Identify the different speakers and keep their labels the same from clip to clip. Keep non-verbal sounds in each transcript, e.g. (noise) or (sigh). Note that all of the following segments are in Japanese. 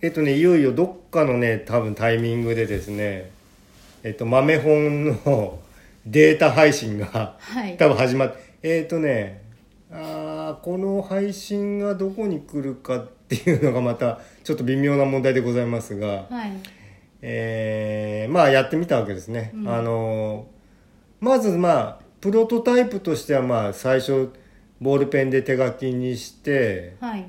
Speaker 1: えっとねいよいよどっかのね多分タイミングでですねえっと豆本の (laughs) データ配信が
Speaker 2: はい
Speaker 1: 多分始まってえっとねあーこの配信がどこに来るかっていうのがまたちょっと微妙な問題でございますが、
Speaker 2: はい
Speaker 1: えーまあやってみたわけですね、
Speaker 2: うん
Speaker 1: あのまずまあプロトタイプとしてはまあ最初ボールペンで手書きにして
Speaker 2: はい、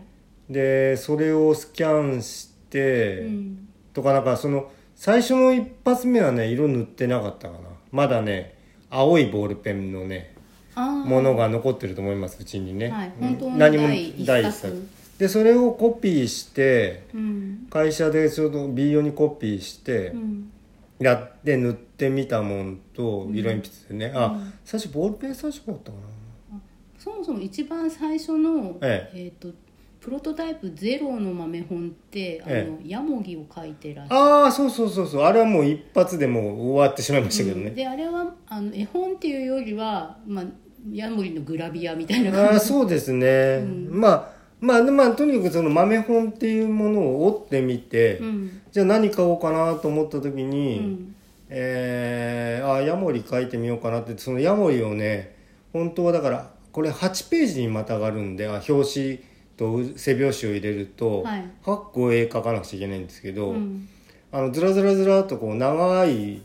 Speaker 1: でそれをスキャンして、
Speaker 2: うん、
Speaker 1: とかなんかその最初の一発目はね色塗ってなかったかなまだね青いボールペンのね
Speaker 2: あー
Speaker 1: ものが残ってると思いますうちにね、
Speaker 2: はい
Speaker 1: うん
Speaker 2: 本当の
Speaker 1: 何も
Speaker 2: 第一作
Speaker 1: 第一作でそれをコピーして
Speaker 2: うん
Speaker 1: 会社でちょうど B 用にコピーして、
Speaker 2: うん
Speaker 1: やって塗ってみたもんと
Speaker 2: うん
Speaker 1: 色鉛筆でね、
Speaker 2: う
Speaker 1: あ
Speaker 2: ん
Speaker 1: 最初ボールペン最初だったかな
Speaker 2: そもそも一番最初の、
Speaker 1: え
Speaker 2: えーとプロトタイプゼロの豆本ってあの、
Speaker 1: え
Speaker 2: ヤモギを書いてらっしゃる
Speaker 1: ああそうそうそうそうあれはもう一発でもう終わってしまいましたけど
Speaker 2: うん
Speaker 1: ね、
Speaker 2: であれはあの絵本っていうよりは、まあ、ヤモリのグラビアみたいな
Speaker 1: あ
Speaker 2: 感
Speaker 1: あ
Speaker 2: じ
Speaker 1: そうですね、
Speaker 2: うん
Speaker 1: まあまあでまあとにかくその豆本っていうものを折ってみて、
Speaker 2: うん
Speaker 1: じゃあ何買おうかなと思った時
Speaker 2: う
Speaker 1: に、
Speaker 2: ん
Speaker 1: えー、あヤモリ書いてみようかなってそのヤモリをね本当はだからこれ8ページにまたがるんであ表紙と背表紙を入れると、
Speaker 2: はい
Speaker 1: 8個絵描かなくちゃいけないんですけど、
Speaker 2: うん
Speaker 1: あのずらずらずらっとこう長い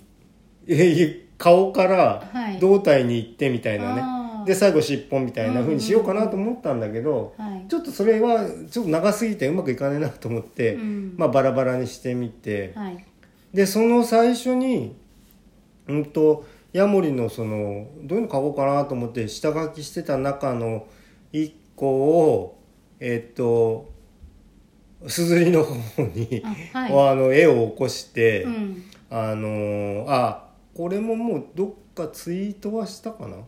Speaker 1: え顔から
Speaker 2: はい
Speaker 1: 胴体に行ってみたいなね、
Speaker 2: あー
Speaker 1: で最後尻尾みたいな風にしようかなと思ったんだけど、
Speaker 2: はい
Speaker 1: ちょっとそれはちょっと長すぎてうまくいかねえなと思って、
Speaker 2: うん
Speaker 1: まあ、バラバラにしてみて、
Speaker 2: はい
Speaker 1: でその最初にうんとヤモリのそのどういうの書こうかなと思って下書きしてた中の1個をえっとすずりの方に
Speaker 2: あはい
Speaker 1: あの絵を起こして、
Speaker 2: うん
Speaker 1: あのーあこれももうどっかツイートはしたかな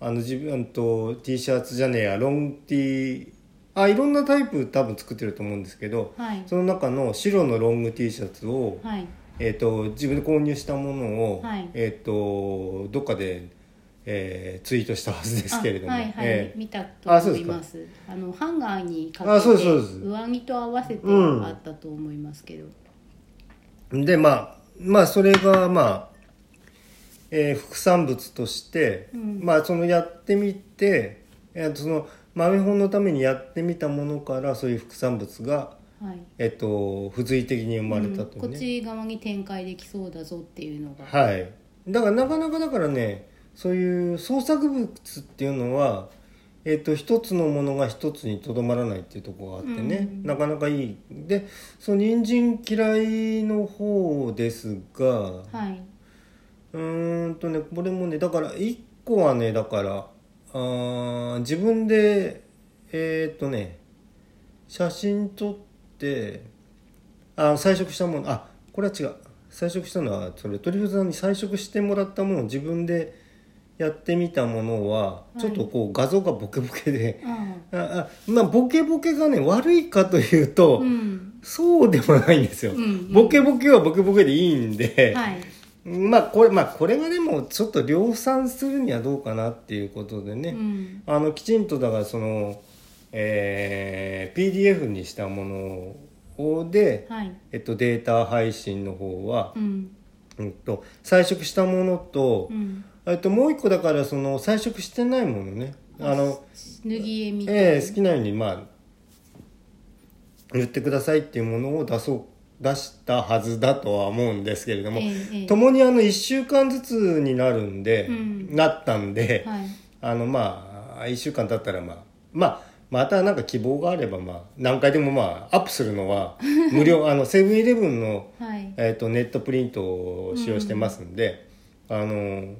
Speaker 1: あの自分うんと T シャツじゃねえやロング T あいろんなタイプ多分作ってると思うんですけど
Speaker 2: はい
Speaker 1: その中の白のロング T シャツを、
Speaker 2: はい
Speaker 1: えっと自分で購入したものを、
Speaker 2: はい
Speaker 1: えっとどっかで、えーツイートしたはずですけれども、
Speaker 2: あはいはい、
Speaker 1: ええ
Speaker 2: 見たと
Speaker 1: あそう
Speaker 2: 思
Speaker 1: で
Speaker 2: い
Speaker 1: すか
Speaker 2: ますあのハンガーにか
Speaker 1: あそう
Speaker 2: け
Speaker 1: です
Speaker 2: て
Speaker 1: そうです
Speaker 2: 上着と合わせて
Speaker 1: うん
Speaker 2: あったと思いますけど、
Speaker 1: でまあまあそれがまあ、えー副産物として、
Speaker 2: うん
Speaker 1: まあそのやってみて、えーその豆本のためにやってみたものからそういう副産物が、
Speaker 2: はい
Speaker 1: えっと付随的に生まれたと
Speaker 2: うんこ
Speaker 1: いう
Speaker 2: っ
Speaker 1: ね、
Speaker 2: ち側に展開できそうだぞっていうのが、
Speaker 1: はいだからなかなかだからねそういう創作物っていうのはえっと一つのものが一つにとどまらないっていうところがあってね、
Speaker 2: うん
Speaker 1: なかなかいいでその人参嫌いの方ですが、
Speaker 2: はい、
Speaker 1: うーんとねこれもねだから1個はねだからあー自分でえーっとね写真撮ってあー彩色したものあこれは違う彩色したのはそれ鳥フさんに彩色してもらったものを自分でやってみたものは
Speaker 2: はい
Speaker 1: ちょっとこう画像がボケボケで、
Speaker 2: あ
Speaker 1: ああまあボケボケがね悪いかというと、
Speaker 2: あうん
Speaker 1: そうでもないんですよ、
Speaker 2: うんうん
Speaker 1: ボケボケはボケボケでいいんで、
Speaker 2: はい
Speaker 1: まあこれまあこれがでもちょっと量産するにはどうかなっていうことでね、
Speaker 2: うん
Speaker 1: あのきちんとだからその、えー PDF にしたものをで、
Speaker 2: はい
Speaker 1: えっと、データ配信の方は
Speaker 2: う、ん
Speaker 1: うんと、彩色したものと
Speaker 2: う、ん
Speaker 1: えっともう一個だからその彩色してないものねあの、
Speaker 2: 脱ぎ絵みたいな、
Speaker 1: えー好きなようにまあ塗ってくださいっていうものを出そう出したはずだとは思うんですけれども、
Speaker 2: ええええ
Speaker 1: ともにあの1週間ずつになるんで、
Speaker 2: うん
Speaker 1: なったんで、
Speaker 2: はい
Speaker 1: あのまあ1週間経ったらまあまあまたなんか希望があればまあ何回でもまあアップするの
Speaker 2: (laughs)
Speaker 1: は無料あのセブンイレブンの、
Speaker 2: はい
Speaker 1: えー、とネットプリントを使用してますんで、あのうーん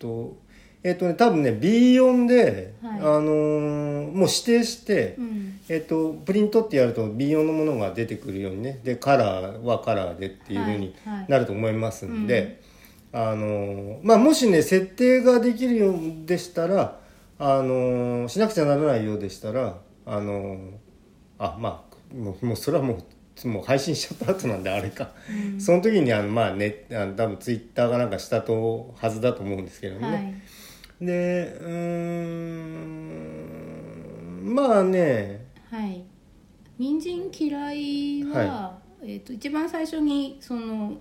Speaker 1: とえっ、とね多分ね B4 で、
Speaker 2: はい
Speaker 1: あのーもう指定して、
Speaker 2: うん
Speaker 1: えっと、プリントってやると B4 のものが出てくるようにねでカラーはカラーでっていうふうに
Speaker 2: はいはい
Speaker 1: なると思いますんで、あのまあ、もしね設定ができるようでしたらあのしなくちゃならないようでしたらあのあまあもうもうそれはもうもう配信しちゃった後なんであれか、
Speaker 2: うん
Speaker 1: その時にあの、まあね、あの多分ツイッターがなんかしたとはずだと思うんですけどね。
Speaker 2: はい
Speaker 1: でうーんまあね
Speaker 2: はい人参嫌いは、えっと一番最初にその、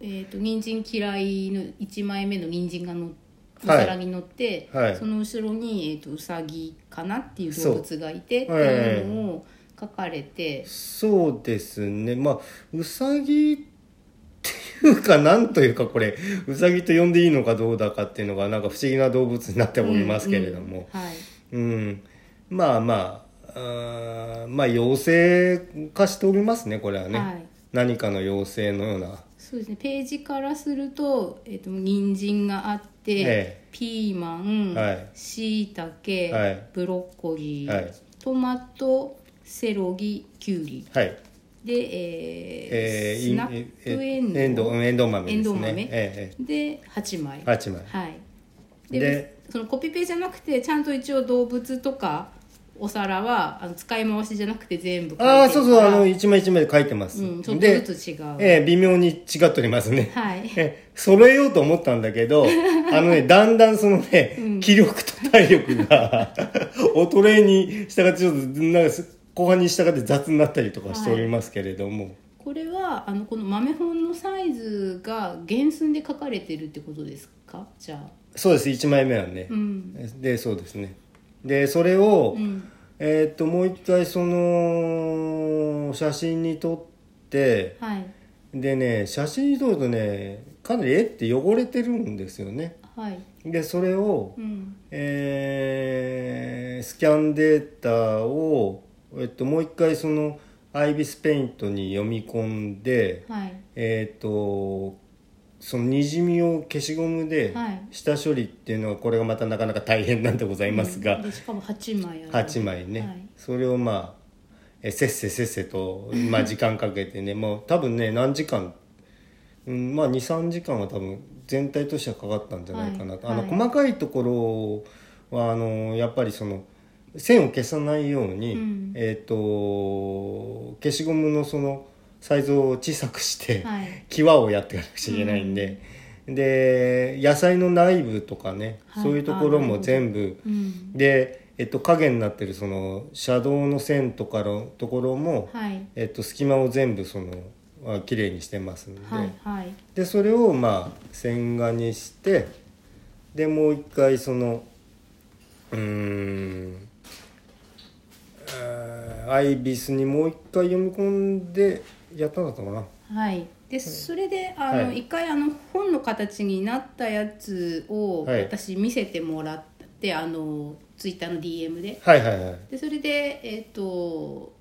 Speaker 2: えっと人参嫌いの1枚目の人参がのお
Speaker 1: はい
Speaker 2: 皿に乗って、
Speaker 1: はい
Speaker 2: その後ろに、えっとウサギかなっていう動物がいてって
Speaker 1: そうええ
Speaker 2: いうのを書かれて、
Speaker 1: そうですねまあうさぎっていうかなんというかこれうさぎと呼んでいいのかどうだかっていうのがなんか不思議な動物になっておりますけれども、
Speaker 2: うんうんはい
Speaker 1: うんまあまああーまあ妖精化しておりますねこれはね、
Speaker 2: はい
Speaker 1: 何かの妖精のような
Speaker 2: そうですねページからすると、えっと人参があって、
Speaker 1: え
Speaker 2: ピーマン、
Speaker 1: はい
Speaker 2: しいたけ、
Speaker 1: はい
Speaker 2: ブロッコリー、
Speaker 1: はい
Speaker 2: トマトセロギきゅうり
Speaker 1: はい
Speaker 2: で、えースナップエンドウ
Speaker 1: えエンドウエンドウ豆ですね
Speaker 2: エンドウ豆
Speaker 1: え
Speaker 2: で8枚
Speaker 1: えええ8枚
Speaker 2: はいで
Speaker 1: で
Speaker 2: そのコピペじゃなくてちゃんと一応動物とかお皿はあの使い回しじゃなくて全部書いてるから
Speaker 1: ああそうそうあの1枚1枚で書いてます、
Speaker 2: うん、ちょっと
Speaker 1: で
Speaker 2: ずつ違う、
Speaker 1: ええ微妙に違っておりますね
Speaker 2: はい
Speaker 1: え揃えようと思ったんだけ
Speaker 2: (laughs)
Speaker 1: どあのねだんだんそのね、気力と体力
Speaker 2: (laughs)
Speaker 1: が衰えに従ってちょっとなんかす後半に従って雑になったりとかしておりますけれども、
Speaker 2: これはあのこの豆本のサイズが原寸で書かれてるってことですかじゃあ
Speaker 1: そうです1枚目はね、
Speaker 2: うん
Speaker 1: でそうですねでそれを、
Speaker 2: うん
Speaker 1: えーっともう一回その写真に撮って
Speaker 2: はい
Speaker 1: でね写真に撮るとねかなり絵って汚れてるんですよね
Speaker 2: はい
Speaker 1: でそれを
Speaker 2: うん
Speaker 1: えースキャンデータを、えっと、もう一回そのアイビスペイントに読み込んで、
Speaker 2: はい
Speaker 1: えー、とそのにじみを消しゴムで
Speaker 2: はい
Speaker 1: 下処理っていうのはこれがまたなかなか大変なんでございますが、
Speaker 2: うんでしかも8枚ある
Speaker 1: 8枚ね、
Speaker 2: はい
Speaker 1: それをまあえせっせせっせと、ま
Speaker 2: (laughs)
Speaker 1: あ、時間かけてねもう多分ね何時間、うん、まあ23時間は多分全体としてはかかったんじゃないかなと、
Speaker 2: はい
Speaker 1: あ
Speaker 2: は
Speaker 1: の
Speaker 2: い
Speaker 1: 細かいところはあのやっぱりその線を消さないように、
Speaker 2: うん
Speaker 1: えっ、と消しゴムのそのサイズを小さくして、
Speaker 2: はい
Speaker 1: 際をやっていかなくちゃいけないんで、で野菜の内部とかね、
Speaker 2: はい
Speaker 1: そういうところも全部、
Speaker 2: うん
Speaker 1: で、えっと、影になってるその車道の線とかのところも、
Speaker 2: はい
Speaker 1: えっと、隙間を全部そのあ綺麗にしてますんで,、
Speaker 2: はいはい
Speaker 1: でそれをまあ線画にしてでもう一回そのうーんあーアイビスにもう一回読み込んでやったんだったかな
Speaker 2: はいでそれであの、
Speaker 1: はい
Speaker 2: 一回あの本の形になったやつを
Speaker 1: はい
Speaker 2: 私見せてもらって、あのツイッターの DM で
Speaker 1: はいはいはい
Speaker 2: でそれでえっ、と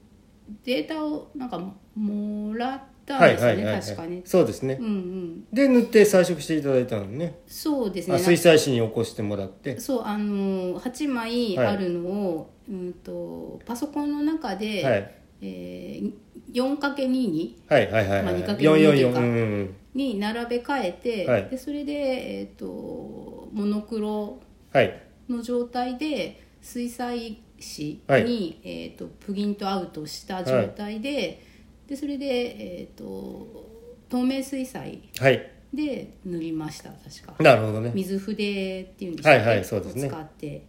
Speaker 2: データをなんかもらったん
Speaker 1: はい
Speaker 2: です
Speaker 1: は
Speaker 2: よね、
Speaker 1: いはい、はい、
Speaker 2: 確かね
Speaker 1: そうですね、
Speaker 2: うんうん
Speaker 1: で塗って彩色していただいたのね
Speaker 2: そうです
Speaker 1: あ
Speaker 2: ね
Speaker 1: 水彩紙に起こしてもらって
Speaker 2: そうあの8枚
Speaker 1: はい
Speaker 2: あるのを、うんとパソコンの中で、
Speaker 1: はい
Speaker 2: えー、4×2 に
Speaker 1: はいはいはい
Speaker 2: ま
Speaker 1: は
Speaker 2: あ
Speaker 1: い
Speaker 2: 二。角
Speaker 1: 四
Speaker 2: 形
Speaker 1: 四
Speaker 2: とい
Speaker 1: 四。
Speaker 2: うか
Speaker 1: うんうん
Speaker 2: に並べ替えて、
Speaker 1: はい
Speaker 2: でそれで、えっとモノクロ
Speaker 1: はい
Speaker 2: の状態で水彩紙に、
Speaker 1: はい
Speaker 2: えっとプリントアウトした状態で,、でそれで、えっと透明水彩
Speaker 1: はい。
Speaker 2: で塗りました確か
Speaker 1: なるほどね。
Speaker 2: 水筆っていうんですかね、
Speaker 1: はいはいそうですね
Speaker 2: 使って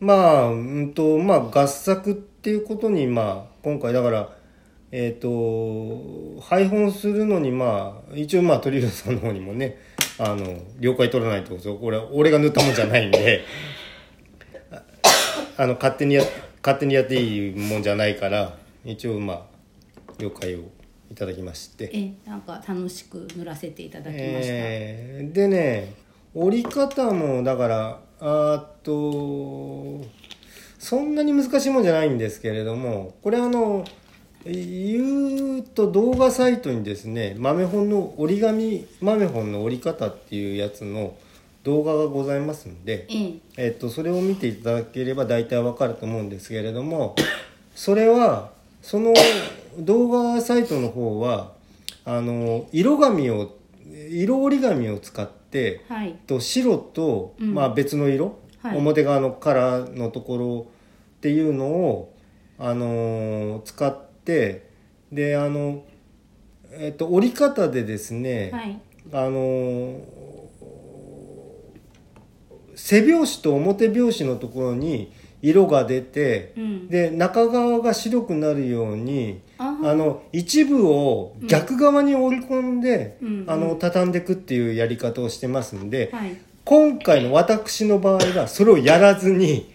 Speaker 1: まあうんとまあ合作っていうことにまあ今回だからえっ、と配本するのにまあ一応まあトリルさんの方にもねあの了解取らないとこれ俺が塗ったもんじゃないんでああの勝手にや勝手にやっていいもんじゃないから一応まあ了解をいただきまして。
Speaker 2: えなんか楽しく塗らせていただきました、
Speaker 1: えーでね折り方もだからあーっとそんなに難しいもんじゃないんですけれどもこれあの言うと動画サイトにですね豆本の折り紙豆本の折り方っていうやつの動画がございますんで、
Speaker 2: ええ
Speaker 1: えっと、それを見ていただければ大体わかると思うんですけれどもそれはその動画サイトの方はあの色紙を色折り紙を使って、
Speaker 2: はい
Speaker 1: えっと白と、
Speaker 2: うん
Speaker 1: まあ、別の色、
Speaker 2: はい
Speaker 1: 表側のカラーのところっていうのを、あのー使ってであの、えっと、折り方でですね、
Speaker 2: はい
Speaker 1: あのー背表紙と表表紙のところに色が出て、
Speaker 2: うん
Speaker 1: で中側が白くなるように
Speaker 2: あー
Speaker 1: あの一部を逆側に折り込んで、
Speaker 2: うん
Speaker 1: あの畳んでいくっていうやり方をしてますんで、
Speaker 2: はい
Speaker 1: 今回の私の場合はそれをやらずに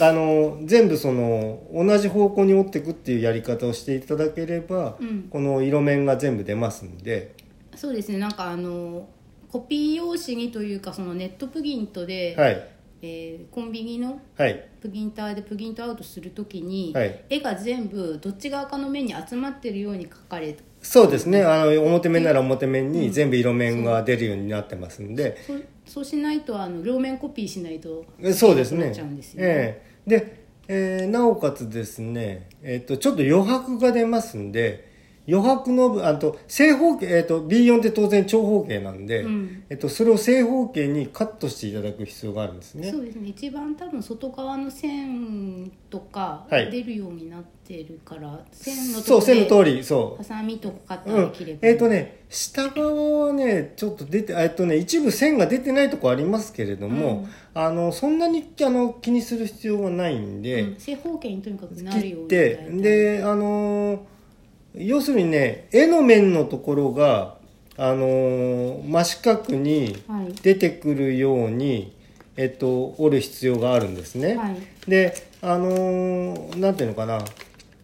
Speaker 1: あの全部その同じ方向に折っていくっていうやり方をしていただければ、
Speaker 2: うん
Speaker 1: この色面が全部出ますんで
Speaker 2: そうですねなんかあのコピー用紙にというかそのネットプギントで、
Speaker 1: はい
Speaker 2: えーコンビニの
Speaker 1: はい
Speaker 2: プギンターでプギントアウトするときに、
Speaker 1: はい
Speaker 2: 絵が全部どっち側かの面に集まってるように描かれて
Speaker 1: そうですねあの表面なら表面に全部色面が出るようになってますんで、
Speaker 2: そうそうしないとあの両面コピーしないと
Speaker 1: えそうです
Speaker 2: な
Speaker 1: ね
Speaker 2: っちゃうんですよね
Speaker 1: ええで、えーなおかつですね、えっとちょっと余白が出ますんで余白の部あと正方形、えっと B4 って当然長方形なんで、
Speaker 2: うん
Speaker 1: えっとそれを正方形にカットしていただく必要があるんですね
Speaker 2: そうですね一番多分外側の線とか
Speaker 1: はい
Speaker 2: 出るようになってるから、線のと
Speaker 1: そ
Speaker 2: こ
Speaker 1: う線の
Speaker 2: で
Speaker 1: 通りそう
Speaker 2: ハサミとかカッタ
Speaker 1: う
Speaker 2: ー
Speaker 1: ん
Speaker 2: で切れ、ば、
Speaker 1: えっ、とね下側はねちょっと出てえっとね一部線が出てないとこありますけれども、あのそんなにあの気にする必要はないんで、
Speaker 2: うん正方形にとにかくなる
Speaker 1: 切
Speaker 2: よう
Speaker 1: っ
Speaker 2: に
Speaker 1: て
Speaker 2: 大体
Speaker 1: であのー要するにね絵の面のところがあのー真四角に
Speaker 2: はい
Speaker 1: 出てくるように、えっと、折る必要があるんですね。
Speaker 2: はい
Speaker 1: であのーなんていうのかな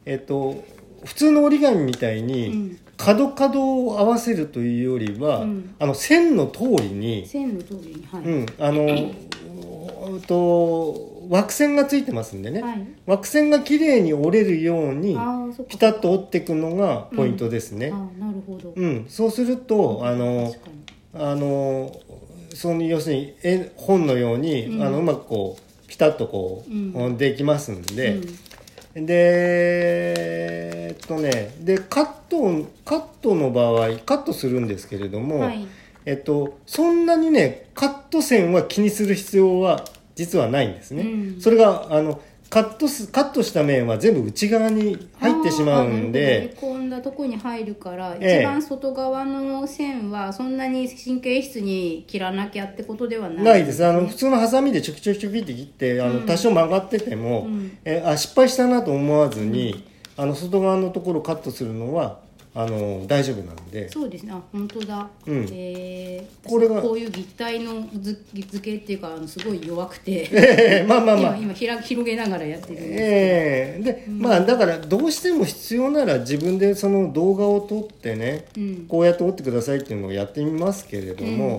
Speaker 1: えっと普通の折り紙みたいに、
Speaker 2: うん
Speaker 1: 角角を合わせるというよりは、
Speaker 2: うん
Speaker 1: あの線の通りに、
Speaker 2: 線の通りにはい、
Speaker 1: うん、あのうんと枠線がついてますんでね、
Speaker 2: はい
Speaker 1: 枠線が綺麗に折れるように
Speaker 2: ああそっか
Speaker 1: ピタッと折っていくのがポイントですね。
Speaker 2: ああなるほど、
Speaker 1: うんそうするとあの
Speaker 2: 確かに
Speaker 1: あのその要するに絵本のように、
Speaker 2: うん
Speaker 1: あのうまくこうピタッとこう、
Speaker 2: うん
Speaker 1: できますんで、
Speaker 2: うん
Speaker 1: でえっとねでカットカットの場合カットするんですけれども、
Speaker 2: はい
Speaker 1: えっと、そんなにねカット線は気にする必要は実はないんですね、
Speaker 2: うん
Speaker 1: それがあのカットすカットした面は全部内側に入ってしまうんで
Speaker 2: あーなるほど折り込んだとこに入るから、
Speaker 1: ええ
Speaker 2: 一番外側の線はそんなに神経質に切らなきゃってことではない
Speaker 1: ないですあの普通のハサミでちょきちょきちょきって切ってあの、
Speaker 2: うん
Speaker 1: 多少曲がってても、
Speaker 2: うん
Speaker 1: えあ失敗したなと思わずに、あの外側のところをカットするのはあの大丈夫なんで
Speaker 2: そうですねあ本当だ、
Speaker 1: うん
Speaker 2: えー、
Speaker 1: こ
Speaker 2: こ
Speaker 1: れ
Speaker 2: れ
Speaker 1: が
Speaker 2: こういう立体の図図形っていうかあのすごい弱くて、
Speaker 1: (laughs) ええまあまあまあ
Speaker 2: 今今ひら広げながらやってるんです
Speaker 1: ええで、まあだからどうしても必要なら自分でその動画を撮ってね、
Speaker 2: うん
Speaker 1: こうやって折ってくださいっていうのをやってみますけれど
Speaker 2: うん
Speaker 1: も、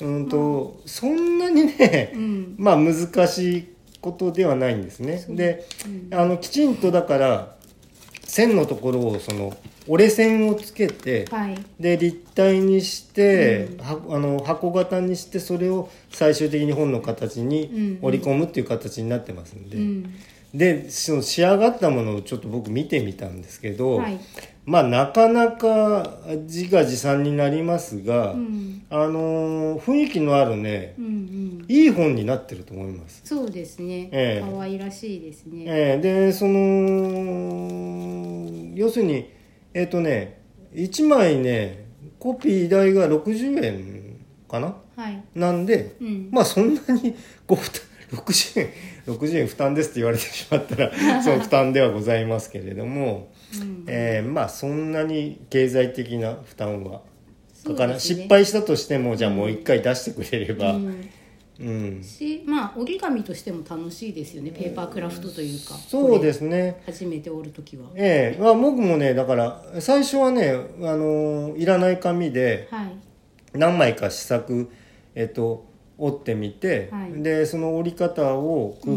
Speaker 1: う
Speaker 2: うんん
Speaker 1: とそんなにね、
Speaker 2: うん
Speaker 1: まあ難しいことではないんですね。
Speaker 2: そう
Speaker 1: で、
Speaker 2: うん
Speaker 1: あのきちんとだから線のところをその折れ線をつけて、
Speaker 2: はい
Speaker 1: で立体にして、
Speaker 2: うん
Speaker 1: はあの箱型にしてそれを最終的に本の形に折り込むっていう形になってますんで、
Speaker 2: うん
Speaker 1: でその仕上がったものをちょっと僕見てみたんですけど、
Speaker 2: はい
Speaker 1: まあなかなか自画自賛になりますが、
Speaker 2: うん
Speaker 1: あのー雰囲気のあるね
Speaker 2: うんうん
Speaker 1: いい本になってると思います。
Speaker 2: そうですね、
Speaker 1: ええ
Speaker 2: 可愛らしいですね、
Speaker 1: ええでその要するにえっ、とね1枚ねコピー代が60円かな
Speaker 2: はい
Speaker 1: なんで
Speaker 2: うん
Speaker 1: まあそんなにご負担60円60円負担ですって言われてしまった
Speaker 2: (laughs)
Speaker 1: らその負担ではございますけれども、
Speaker 2: うん
Speaker 1: えーまあそんなに経済的な負担はかからない、
Speaker 2: そうですね
Speaker 1: 失敗したとしてもじゃあもう一回出してくれれば、う
Speaker 2: うんんしまあ折り紙としても楽しいですよねペーパークラフトというか、
Speaker 1: そうですすね
Speaker 2: 初めて折る時はは
Speaker 1: ええまあ、僕もねだから最初はね、あのーいらない紙で
Speaker 2: い
Speaker 1: 何枚か試作、えっと、折ってみて、
Speaker 2: はい
Speaker 1: でその折り方を工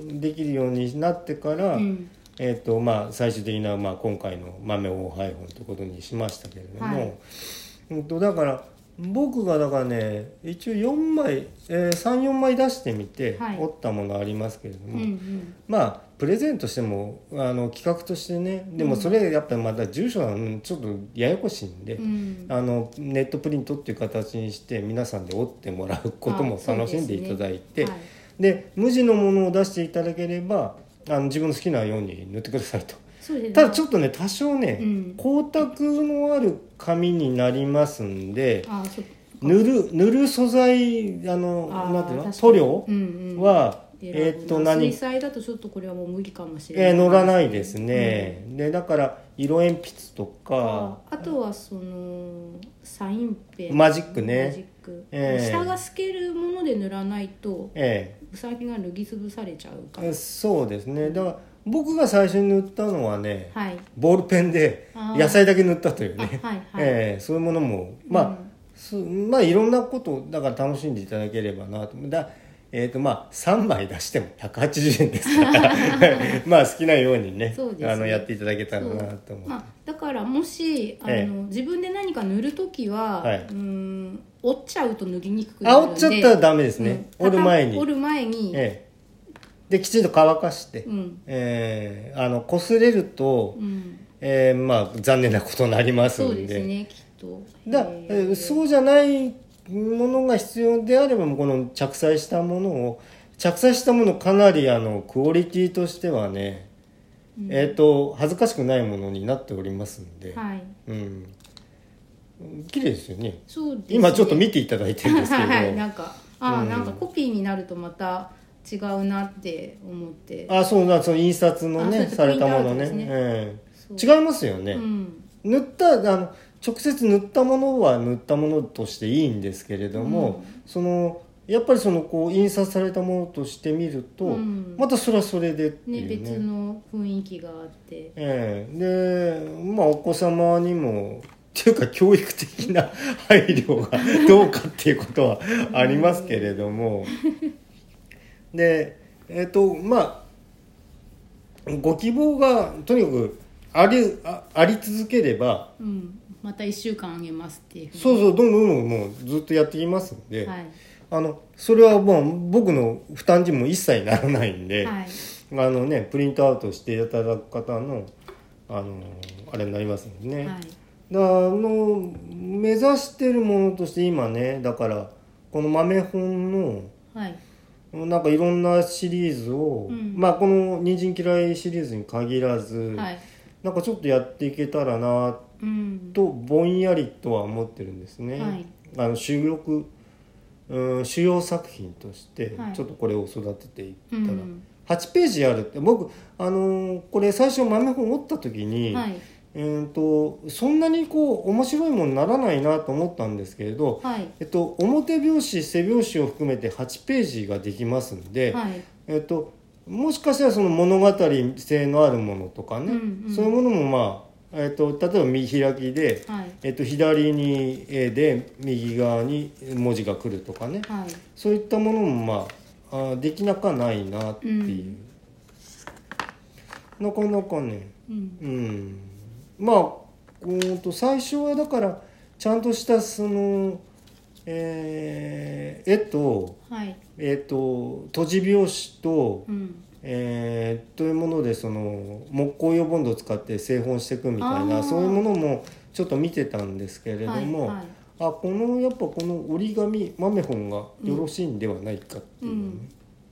Speaker 1: 夫できるようになってから、
Speaker 2: うん
Speaker 1: えっとまあ、最終的な、まあ、今回の「豆王配本」ということにしましたけれども、
Speaker 2: はい
Speaker 1: うん、とだから僕がだからね一応4枚、えー、34枚出してみて、
Speaker 2: はい
Speaker 1: 折ったものありますけれど
Speaker 2: う
Speaker 1: も。
Speaker 2: んうん
Speaker 1: まあプレゼントしてもあの企画としてねでもそれやっぱりまた住所はうんちょっとややこしいんで、
Speaker 2: うん
Speaker 1: あのネットプリントっていう形にして皆さんで折ってもらうことも
Speaker 2: あそう
Speaker 1: 楽
Speaker 2: です
Speaker 1: し
Speaker 2: ね
Speaker 1: んでいただいてで,、
Speaker 2: はい
Speaker 1: 無地のものを出していただければあの自分の好きなように塗ってくださいと。
Speaker 2: そうですね
Speaker 1: ただちょっとね多少ね、
Speaker 2: うん
Speaker 1: 光沢のある紙になりますんで
Speaker 2: あそう
Speaker 1: 塗る塗る素材あの
Speaker 2: あー
Speaker 1: なんていうの
Speaker 2: 確か
Speaker 1: 塗
Speaker 2: に
Speaker 1: 料
Speaker 2: うんうん
Speaker 1: は、
Speaker 2: 選ぶ
Speaker 1: えーっと何
Speaker 2: 水彩だとちょっとこれはもう無理かもしれない
Speaker 1: えー乗らないですね、でだから色鉛筆とか
Speaker 2: ああとはそのサインペン
Speaker 1: マジックね
Speaker 2: マジック
Speaker 1: ええ
Speaker 2: 下が透けるもので塗らないと
Speaker 1: え
Speaker 2: 先が脱ぎ潰されちゃう
Speaker 1: え
Speaker 2: から
Speaker 1: そうですねだから僕が最初に塗ったのはね、
Speaker 2: はい
Speaker 1: ボールペンで
Speaker 2: あー
Speaker 1: 野菜だけ塗ったという
Speaker 2: あはい
Speaker 1: ね、
Speaker 2: はい、
Speaker 1: ええそういうものもまあ、すまあいろんなことをだから楽しんでいただければなとだえーとまあ、3枚出しても180円ですから
Speaker 2: (laughs)
Speaker 1: (laughs) まあ好きなようにね
Speaker 2: そうですね
Speaker 1: あのやっていただけたらなと思う
Speaker 2: まあ、だからもしあの、
Speaker 1: ええ
Speaker 2: 自分で何か塗る時は、
Speaker 1: はいう
Speaker 2: ーん折っちゃうと脱ぎにくくな
Speaker 1: あ
Speaker 2: るん
Speaker 1: 折
Speaker 2: で
Speaker 1: っちゃったらダメですね、
Speaker 2: うん
Speaker 1: 折る前に、
Speaker 2: 折る前に、
Speaker 1: ええできちんと乾かして、
Speaker 2: うん
Speaker 1: ええあの擦れると、
Speaker 2: うん、
Speaker 1: ええまあ残念なことになります
Speaker 2: そ
Speaker 1: ん
Speaker 2: う
Speaker 1: で
Speaker 2: ですねきっと
Speaker 1: だ
Speaker 2: え
Speaker 1: えー
Speaker 2: え
Speaker 1: そうじゃないものが必要であればもうこの着彩したものを着彩したものかなりあのクオリティとしてはね、えっ、と恥ずかしくないものになっておりますんで、
Speaker 2: はい
Speaker 1: うん綺麗ですよね
Speaker 2: そうですね
Speaker 1: 今ちょっと見ていただいてるんですけど、
Speaker 2: (laughs) はいなんかああ、
Speaker 1: うん
Speaker 2: なんかコピーになるとまた違うなって思って
Speaker 1: あそうだその印刷のね
Speaker 2: あ
Speaker 1: さ
Speaker 2: そうで
Speaker 1: れ
Speaker 2: す
Speaker 1: たものね
Speaker 2: プリント
Speaker 1: ええ
Speaker 2: そう
Speaker 1: 違いますよね、
Speaker 2: うん
Speaker 1: 塗ったあの直接塗ったものは塗ったものとしていいんですけれども、そのやっぱりそのこう印刷されたものとして見ると、
Speaker 2: うん
Speaker 1: またそれはそれでって
Speaker 2: ね
Speaker 1: いうね
Speaker 2: 別の雰囲気があって
Speaker 1: ええでまあお子様にも (laughs) っていうか教育的な (laughs) 配慮が (laughs) どうかっていうことはありますけれども、でえっ、とまあご希望がとにかくありああり続ければ
Speaker 2: うんまた1週間あげますっていうふうに
Speaker 1: そうそうどんどんどんどんもうずっとやっていきますんで、
Speaker 2: はい
Speaker 1: あのそれはもう僕の負担にも一切ならないんで、
Speaker 2: はい
Speaker 1: あのねプリントアウトしていただく方のあのあれになりますんでね、
Speaker 2: はい
Speaker 1: だからあの目指してるものとして今ねだからこの豆本
Speaker 2: はい
Speaker 1: のなんかいろんなシリーズを、
Speaker 2: うん
Speaker 1: まあこの「人参嫌い」シリーズに限らず、
Speaker 2: はい
Speaker 1: なんかちょっとやっていけたらなって
Speaker 2: うん
Speaker 1: とぼんやりとは思ってるんですね、
Speaker 2: はい
Speaker 1: あの収録、うん、主要作品として
Speaker 2: はい
Speaker 1: ちょっとこれを育てていった
Speaker 2: う
Speaker 1: ら、
Speaker 2: ん
Speaker 1: 8ページあるって僕、あのーこれ最初豆本折った時に、
Speaker 2: はい
Speaker 1: えー、とそんなにこう面白いものにならないなと思ったんですけれど、
Speaker 2: はい
Speaker 1: えっと、表表紙背表紙を含めて8ページができますんで、
Speaker 2: はい
Speaker 1: えっと、もしかしたらその物語性のあるものとかね、
Speaker 2: うんうん
Speaker 1: そういうものもまあ、えっと、例えば見開きで、
Speaker 2: はい
Speaker 1: えっと、左に絵で右側に文字が来るとかね
Speaker 2: はい
Speaker 1: そういったものもまああできなかないなっていう、なかなかね
Speaker 2: うん
Speaker 1: うんまあうんと最初はだからちゃんとしたその、えー絵と,、
Speaker 2: はい
Speaker 1: えー、と閉じ拍子と,、
Speaker 2: うん
Speaker 1: えーというものでその木工用ボンドを使って製本していくみたい
Speaker 2: あ
Speaker 1: な
Speaker 2: ー
Speaker 1: そういうものもちょっと見てたんですけれども、
Speaker 2: はいはい
Speaker 1: あこのやっぱこの折り紙豆本がよろしいんではないかっていうう、
Speaker 2: ん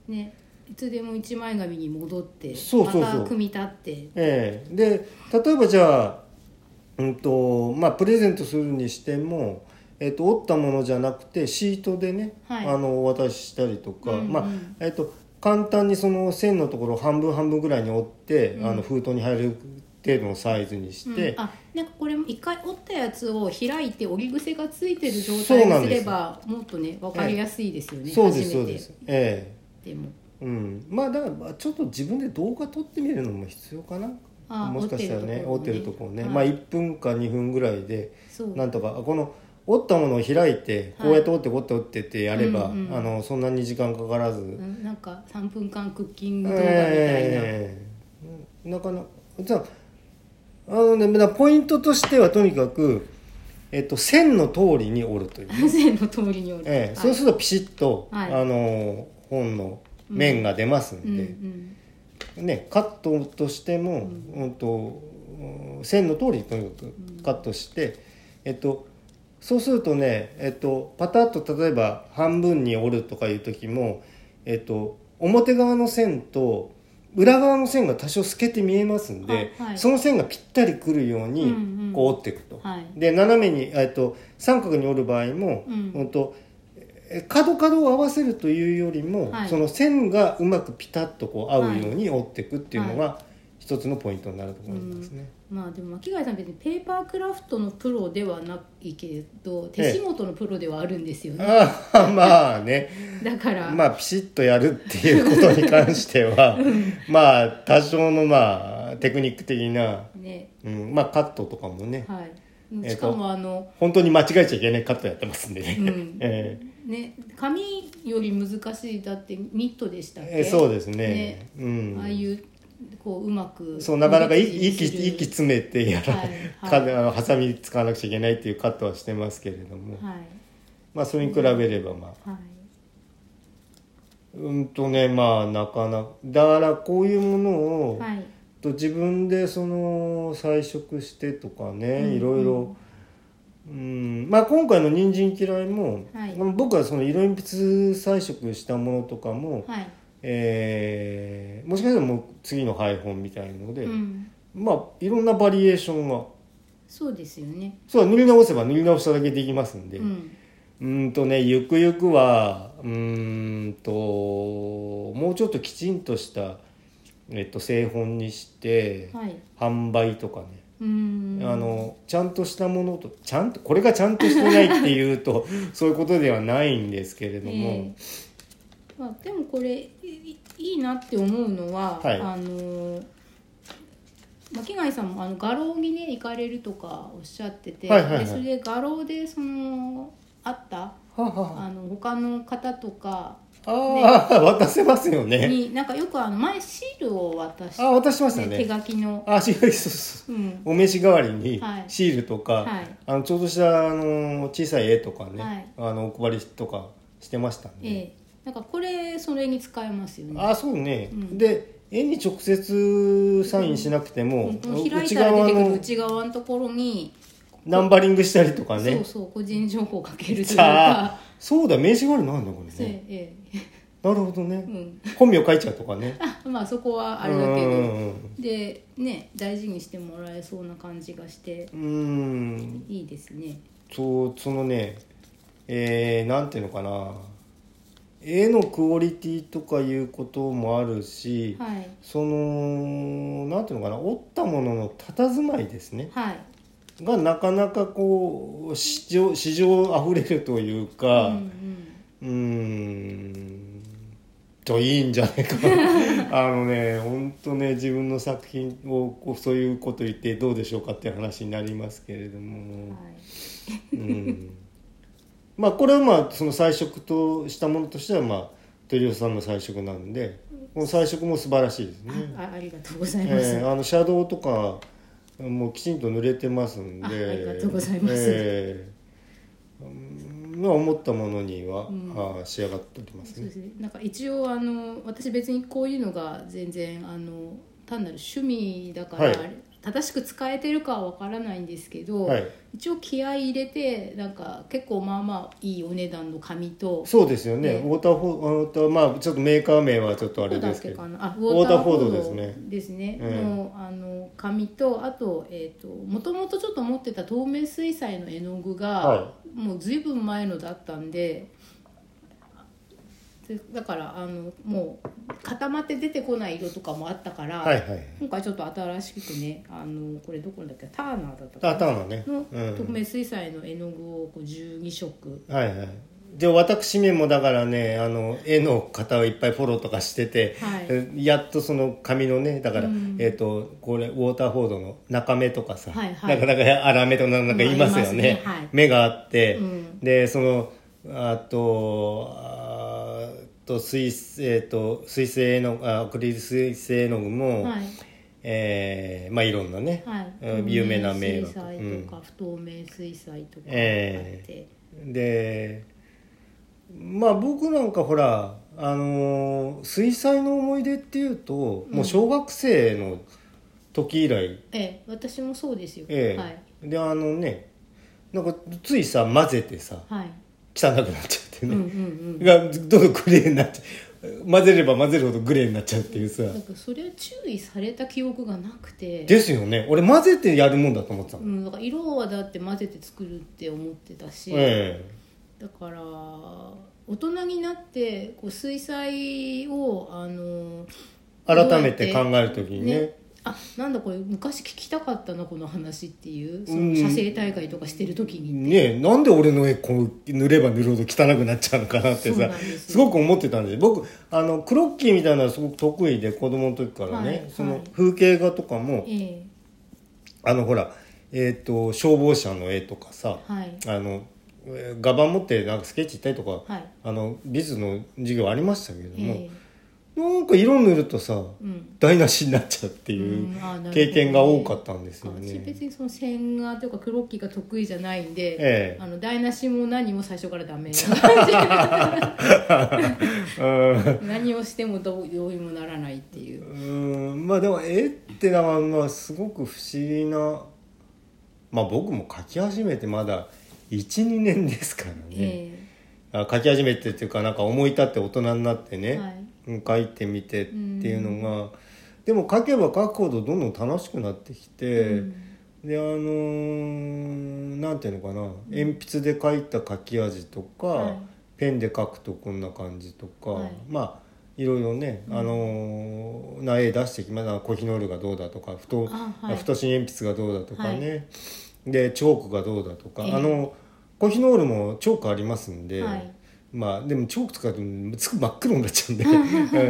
Speaker 2: ねいつでも一枚紙に戻って
Speaker 1: そうそうそう
Speaker 2: また組み立って
Speaker 1: ええで例えばじゃあ、うんとまあ、プレゼントするにしても、えっと折ったものじゃなくてシートでね、
Speaker 2: はい
Speaker 1: あのお渡ししたりとか、
Speaker 2: うんうん
Speaker 1: まあえっと、簡単にその線のところを半分半分ぐらいに折って、
Speaker 2: うん
Speaker 1: あの封筒に入る程度のサイズにして、
Speaker 2: うん、あなんかこれも一回折ったやつを開いて折り癖がついてる状態にすればもっとね分かりやすいですよね、
Speaker 1: そうです
Speaker 2: 初
Speaker 1: そう
Speaker 2: めて
Speaker 1: ですえ
Speaker 2: でも
Speaker 1: えうん、まあだからまあちょっと自分で動画撮ってみるのも必要かな
Speaker 2: あ
Speaker 1: もしかしたらね折
Speaker 2: 折
Speaker 1: っ
Speaker 2: ってて
Speaker 1: る
Speaker 2: る
Speaker 1: と
Speaker 2: と
Speaker 1: こ
Speaker 2: こ
Speaker 1: を
Speaker 2: ろ
Speaker 1: ね、
Speaker 2: ね
Speaker 1: まあ
Speaker 2: はい
Speaker 1: 1分か2分ぐらいで
Speaker 2: そう
Speaker 1: なんとかこの折ったものを開いてこうやって折ってこうやって折ってってやれば、
Speaker 2: うんうん
Speaker 1: あのそんなに時間かからず、
Speaker 2: うんなんか3分間クッキング動画みたいな、
Speaker 1: ええなかなかじゃああのねだからポイントとしてはとにかく、えっと、線の通りに折るという、
Speaker 2: (laughs) 線の通りに折る、
Speaker 1: ええ
Speaker 2: はい
Speaker 1: そうするとピシッと、
Speaker 2: はい
Speaker 1: あの本の面が出ます
Speaker 2: うんんう
Speaker 1: で、
Speaker 2: ん
Speaker 1: ね、カットとしても、うんとうん線の通りにとにかくカットして、えっと、そうするとね、えっと、パタッと例えば半分に折るとかいう時も、えっと、表側の線と裏側の線が多少透けて見えますんで、
Speaker 2: あはい
Speaker 1: その線がぴったりくるように
Speaker 2: うんうん
Speaker 1: こう折っていくと。
Speaker 2: はい
Speaker 1: で斜めに、えっと、三角に折る場合も、
Speaker 2: うん
Speaker 1: うんとえ角角を合わせるというよりも、
Speaker 2: はい
Speaker 1: その線がうまくピタッとこう合うように折っていくっていうの
Speaker 2: は
Speaker 1: が一つのポイントになると思いますね。
Speaker 2: まあでも巻貝さん別にペーパークラフトのプロではないけど手仕事のプロではあるんですよね、
Speaker 1: ああ (laughs) まあね
Speaker 2: だから、
Speaker 1: まあピシッとやるっていうことに関して
Speaker 2: (laughs)
Speaker 1: はまあ多少のまあテクニック的な、
Speaker 2: ね
Speaker 1: うん、まあカットとかもね
Speaker 2: はい
Speaker 1: えっと
Speaker 2: しかもあの、
Speaker 1: 本当に間違えちゃいけないカットやってますんでね。
Speaker 2: うん
Speaker 1: (laughs) えー
Speaker 2: ね紙より難しいだってミットでしたっけ
Speaker 1: えーそうですねうん
Speaker 2: ああいうこううまく
Speaker 1: そうなかなかい息
Speaker 2: 切りする
Speaker 1: 息詰めてやら、
Speaker 2: はい
Speaker 1: (laughs) か
Speaker 2: はい
Speaker 1: あのハサミ使わなくちゃいけないっていうカットはしてますけれども、
Speaker 2: はい
Speaker 1: まあそれに比べればまあ
Speaker 2: はい
Speaker 1: うんとねまあなかなかだからこういうものを、
Speaker 2: はい
Speaker 1: と自分でその彩色してとかね、
Speaker 2: うん
Speaker 1: いろいろ、うんまあ、今回の「人参嫌いも」
Speaker 2: はい
Speaker 1: 僕はその色鉛筆彩色したものとかも、
Speaker 2: はい
Speaker 1: えーもしかしたらもう次の配本みたいので、
Speaker 2: うん
Speaker 1: まあいろんなバリエーションが
Speaker 2: そうですよね
Speaker 1: そう塗り直せば塗り直しただけできますんで、
Speaker 2: う
Speaker 1: うん
Speaker 2: ん
Speaker 1: ーんとねゆくゆくはうーんともうちょっときちんとした、えっと、製本にして、
Speaker 2: はい
Speaker 1: 販売とかね、
Speaker 2: うん
Speaker 1: あのちゃんとしたものとちゃんとこれがちゃんとしてないっていうと (laughs) そういうことではないんですけれども、
Speaker 2: ええまあ、でもこれいいいいなって思うのは、
Speaker 1: はい
Speaker 2: あのー巻貝さんもあの画廊にね行かれるとかおっしゃってて、
Speaker 1: はいはいはい
Speaker 2: でそれで画廊でそのあった
Speaker 1: はあは
Speaker 2: あの他の方とか
Speaker 1: ああー、渡せますよね
Speaker 2: になんかよくあの前シールを渡し
Speaker 1: あ渡しました
Speaker 2: 手
Speaker 1: ね
Speaker 2: 書きの、
Speaker 1: あ違うそうそう
Speaker 2: うん
Speaker 1: お召し代わりに
Speaker 2: はい
Speaker 1: シールとか、
Speaker 2: はい
Speaker 1: あのちょうどしたあの小さい絵とかね、
Speaker 2: はい
Speaker 1: あのお配りとかしてましたね、
Speaker 2: ええなんかこれそれに使えますよね。
Speaker 1: あそうね、
Speaker 2: うん
Speaker 1: で絵に直接サインしなくても、
Speaker 2: うんこの開い
Speaker 1: 内
Speaker 2: たら出
Speaker 1: 側
Speaker 2: てくる
Speaker 1: の
Speaker 2: 内側のところに、
Speaker 1: ナンバリングしたりとか
Speaker 2: そ
Speaker 1: ね
Speaker 2: うそう個人情報をかけるという
Speaker 1: さ
Speaker 2: か
Speaker 1: あ、そうだ名刺代わりなんだこれね
Speaker 2: えええ
Speaker 1: なるほどね、
Speaker 2: え、うん、
Speaker 1: 本名書いちゃうとかね
Speaker 2: あまあそこはあれだけ
Speaker 1: う
Speaker 2: ど
Speaker 1: ん
Speaker 2: でね大事にしてもらえそうな感じがして
Speaker 1: うん
Speaker 2: いいですね
Speaker 1: そうそのねえー、なんていうのかな絵のクオリティとかいうこともあるし、
Speaker 2: はい
Speaker 1: そのなんていうのかな折ったものの佇まいですね
Speaker 2: はい
Speaker 1: がなかなかこう市場市場あふれるというか
Speaker 2: うん
Speaker 1: う
Speaker 2: うん
Speaker 1: ーんといいんじゃないかな (laughs) あのね本当ね自分の作品をこうそういうこと言ってどうでしょうかっていう話になりますけれども、
Speaker 2: はい
Speaker 1: うん、まあこれはまあその彩色としたものとしてはまあ鳥尾さんの彩色なんでこの彩色も素晴らしいですね。
Speaker 2: ああありがとうございます、
Speaker 1: えーあのシャドウとかもうきちんと濡れてますんで
Speaker 2: あありがとうございます
Speaker 1: えーうんまあ思ったものには、
Speaker 2: うん
Speaker 1: あー仕上がっております
Speaker 2: そうで
Speaker 1: ね
Speaker 2: すねなんか一応あの私別にこういうのが全然あの単なる趣味だから、
Speaker 1: はい
Speaker 2: 正しく使えてるかはわからないんですけど、
Speaker 1: はい
Speaker 2: 一応気合い入れてなんか結構まあまあいいお値段の紙と
Speaker 1: そうですよね
Speaker 2: ね
Speaker 1: ウォーターフォーウォーターまあちょっとメーカー名はちょっとあ
Speaker 2: ど
Speaker 1: れ
Speaker 2: うだ
Speaker 1: で
Speaker 2: っ
Speaker 1: すけ
Speaker 2: け
Speaker 1: ど
Speaker 2: かなあ
Speaker 1: ウォーターフォードですね
Speaker 2: ですね
Speaker 1: ええ
Speaker 2: のあの紙とあと,、えー、ともともとちょっと持ってた透明水彩の絵の具が、
Speaker 1: は
Speaker 2: もう随分前のだったんででだからあのもう固まって出てこない色とかもあったから、
Speaker 1: はいはい
Speaker 2: 今回ちょっと新しくねあのこれどこだっけターナーだったか
Speaker 1: あ
Speaker 2: な
Speaker 1: ターンね、
Speaker 2: の
Speaker 1: う
Speaker 2: 透
Speaker 1: ん、
Speaker 2: 明水彩の絵の具をこう12色
Speaker 1: はいはいで私めもだからねあの絵の方をいっぱいフォローとかしてて、
Speaker 2: はい
Speaker 1: えやっとその紙のねだから、
Speaker 2: うん
Speaker 1: えっ、とこれウォーターフォードの中目とかさ、
Speaker 2: はいはい
Speaker 1: なかなか粗目とかなんか言いますよね,、
Speaker 2: まあ言いますねはい
Speaker 1: 目があって、
Speaker 2: うん
Speaker 1: でそのあとあーと水,、えー、と水性のあアクリル水性の具も、
Speaker 2: はい
Speaker 1: えーまあいろんなね、
Speaker 2: はい、
Speaker 1: うん有名な名画
Speaker 2: 透明水彩とか、不透明水彩とかあ
Speaker 1: え
Speaker 2: って、
Speaker 1: でまあ僕なんかほらあのー水彩の思い出っていうと、
Speaker 2: うん
Speaker 1: もう小学生の時以来
Speaker 2: ええ私もそうですよ、
Speaker 1: ええ
Speaker 2: はい
Speaker 1: であのねなんかついさ混ぜてさ
Speaker 2: はい、
Speaker 1: 汚くなっちゃって
Speaker 2: うんうん
Speaker 1: ね、
Speaker 2: う
Speaker 1: がど
Speaker 2: ん
Speaker 1: んどんグレーになっちゃう混ぜれば混ぜるほどグレーになっちゃうっていうさ、
Speaker 2: なんかそれは注意された記憶がなくて
Speaker 1: ですよね俺混ぜてやるもんだと思ってた
Speaker 2: う
Speaker 1: の、
Speaker 2: ん、だから色はだって混ぜて作るって思ってたし、
Speaker 1: え
Speaker 2: だから大人になってこう水彩をあの
Speaker 1: 改めて考える時にね
Speaker 2: ねあなんだこれ昔聞きたかったなこの話っていうそ
Speaker 1: うん
Speaker 2: の写生大会とかしてる時に、
Speaker 1: ねえなんで俺の絵こう塗れば塗るほど汚くなっちゃうのかなって
Speaker 2: そうな
Speaker 1: さ
Speaker 2: んですよ
Speaker 1: すごく思ってたんですよ僕あのクロッキーみたいなのすごく得意で子供の時からね、
Speaker 2: はい
Speaker 1: そ
Speaker 2: は
Speaker 1: の
Speaker 2: い
Speaker 1: 風景画とかも
Speaker 2: え
Speaker 1: あのほら、えー、と消防車の絵とかさ、
Speaker 2: えはい
Speaker 1: あのえー画板持ってなんかスケッチ行ったりとか、
Speaker 2: はい
Speaker 1: あの美術の授業ありましたけども、
Speaker 2: ええ
Speaker 1: なんか色塗るとさ
Speaker 2: うん
Speaker 1: 台無しになっちゃうっていう
Speaker 2: うんあなるほどね
Speaker 1: 経験が多かったんですよ
Speaker 2: 私
Speaker 1: ね。
Speaker 2: 別にその線画というかクロッキーが得意じゃないんで、
Speaker 1: ええ
Speaker 2: あの台無しも何も最初からダメ
Speaker 1: うん
Speaker 2: (laughs) 何をしてもどうどうにもならないっていう
Speaker 1: うんまあでも絵ってのはまあすごく不思議なまあ僕も描き始めてまだ12年ですからね、
Speaker 2: え
Speaker 1: あ描き始めてっていうかなんか思い立って大人になって
Speaker 2: え
Speaker 1: ね、
Speaker 2: はい
Speaker 1: 書いてみてっていうのがでも書けば書くほどどんどん楽しくなってきて、
Speaker 2: うん
Speaker 1: であのーなんていうのかな鉛筆で書いた書き味とか、
Speaker 2: はい
Speaker 1: ペンで書くとこんな感じとか、
Speaker 2: はい
Speaker 1: まあいろいろね、あのーな絵出してきまだコヒノールがどうだとか太,、
Speaker 2: あはい
Speaker 1: 太芯鉛筆がどうだとかね、でチョークがどうだとか、
Speaker 2: ええ
Speaker 1: あのコヒノールもチョークありますんで。
Speaker 2: はい
Speaker 1: まあでもチョーク使うとつく真っ黒になっちゃうんで
Speaker 2: (laughs)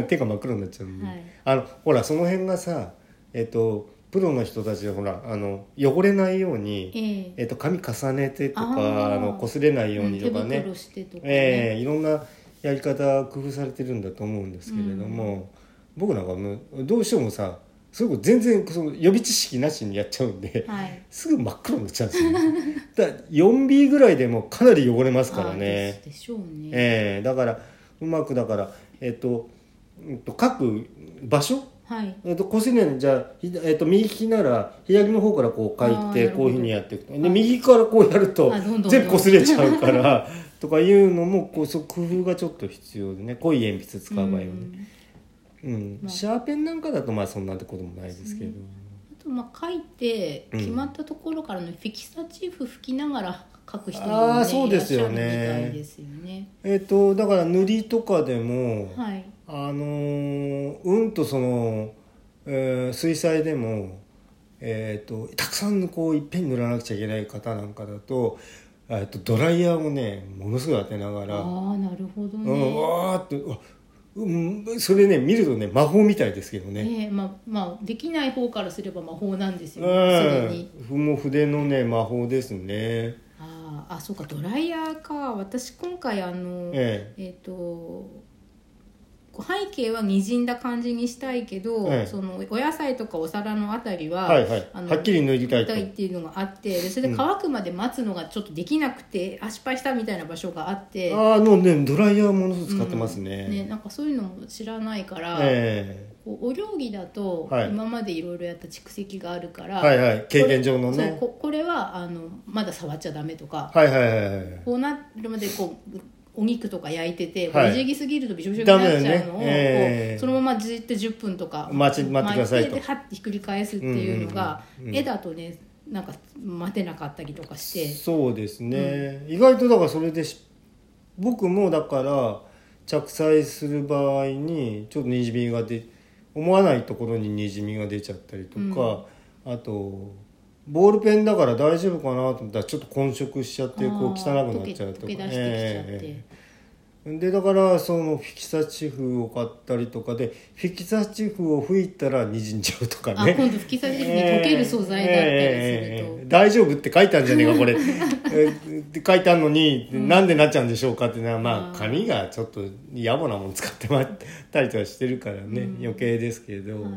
Speaker 1: う ん手が真っ黒になっちゃうんで、
Speaker 2: はい
Speaker 1: あのほらその辺がさえっ、とプロの人たちでほらあの汚れないように、
Speaker 2: え
Speaker 1: え
Speaker 2: え
Speaker 1: っと髪重ねてとか
Speaker 2: あ
Speaker 1: あ
Speaker 2: ー
Speaker 1: の擦れないようにとか
Speaker 2: うん手
Speaker 1: ね
Speaker 2: 袋してとかね、
Speaker 1: ええいろんなやり方工夫されてるんだと思うんですけれども、僕なんかもうどうしてもさそういうこと全然その予備知識なしにやっちゃうん
Speaker 2: (laughs)
Speaker 1: で。
Speaker 2: はい
Speaker 1: すぐ真っ黒になっちゃうんですよ、ね、だから 4B ぐらいでもかなり汚れますから
Speaker 2: あ
Speaker 1: ね
Speaker 2: ですでしょうね、
Speaker 1: ええだからうまくだからえっと、うんと書く場所
Speaker 2: はい
Speaker 1: えっと、こすりないようにじゃあ、ひえっと、右利きなら左の方からこう書い
Speaker 2: あーな
Speaker 1: て
Speaker 2: るほど
Speaker 1: こういうふうにやっていくと
Speaker 2: は
Speaker 1: で
Speaker 2: い
Speaker 1: 右からこうやると
Speaker 2: あどんどんどん
Speaker 1: 全部こすれちゃうからとかいうのもこうそう工夫がちょっと必要でね濃い鉛筆使う場合はね、
Speaker 2: うん
Speaker 1: うん
Speaker 2: まあ
Speaker 1: シャーペンなんかだとまあそんなこともないですけど、
Speaker 2: あとまあ書いて
Speaker 1: うん
Speaker 2: 決まったところからのフィキサチーフ吹きながら書く人も、ね、
Speaker 1: あーそうですよね
Speaker 2: いらっしゃるみたいですよね
Speaker 1: えっとだから塗りとかでも、
Speaker 2: はい
Speaker 1: あのーうんとその、えー水彩でも、えー、とたくさんこういっぺんに塗らなくちゃいけない方なんかだと,、えー、とドライヤーをねものすごい当てなが
Speaker 2: あ
Speaker 1: ら、
Speaker 2: あなるほど
Speaker 1: う
Speaker 2: ね、
Speaker 1: ん、わーってうわうん、それね見るとね魔法みたいですけどね。
Speaker 2: ねえまあまあできない方からすれば魔法なんです
Speaker 1: う
Speaker 2: よ、ね、すでに
Speaker 1: ん、ふもう筆のね魔法ですね。
Speaker 2: あーあそうかドライヤーか私今回あのえっ、
Speaker 1: え
Speaker 2: と背景はにじんだ感じにしたいけど、
Speaker 1: ええ
Speaker 2: そのお野菜とかお皿のあたり
Speaker 1: え
Speaker 2: は、
Speaker 1: はいはい
Speaker 2: あの
Speaker 1: はっきり塗りたいと
Speaker 2: 痛いっていうのがあってでそれで乾くまで待つのがちょっとできなくて、あ失敗したみたいな場所があって
Speaker 1: ああのねドライヤーものすごい使ってますね。
Speaker 2: うんねなんかそういうのも知らないから、
Speaker 1: え
Speaker 2: こうお料理だと
Speaker 1: はい
Speaker 2: 今までいろいろやった蓄積があるから、
Speaker 1: えはいはい経験上の
Speaker 2: そう
Speaker 1: ね。
Speaker 2: ここれはあのまだ触っちゃダメとか、
Speaker 1: はいはいはいはい。
Speaker 2: こうなるまでこうお肉とか焼いてて、
Speaker 1: はい
Speaker 2: い、じぎすぎるとびしょびしょになっちゃうの
Speaker 1: ダメだよね
Speaker 2: を、
Speaker 1: ええ
Speaker 2: こうそのままじって10分とか
Speaker 1: 待ち待ってくださいと
Speaker 2: 待ってではってひっくり返すっていうのが、
Speaker 1: うんうんうんうん
Speaker 2: 絵だとねなんか待てなかったりとかして。
Speaker 1: そうですね、意外とだからそれでし僕もだから着彩する場合にちょっとにじみが出思わないところににじみが出ちゃったりとか、あとボールペンだから大丈夫かなと思ったらちょっと混色しちゃってこう汚
Speaker 2: あー
Speaker 1: くなっちゃうと
Speaker 2: 溶
Speaker 1: か
Speaker 2: け溶け出してきちゃって、
Speaker 1: ええでだからそのフィキサチフを買ったりとかでフィキサチフを吹いたらにじんじゃうとか
Speaker 2: あ
Speaker 1: ね
Speaker 2: 今度吹き裂きに溶ける素材だったりすると、
Speaker 1: えー大丈夫って書いてあるんじゃねえかこれえーって書いてあるのに、なんでなっちゃうんでしょうかってのはま
Speaker 2: あ
Speaker 1: あ
Speaker 2: ー
Speaker 1: 紙がちょっと野暮なもの使ってまったりとかしてるからね、
Speaker 2: うん
Speaker 1: 余計ですけど、
Speaker 2: はい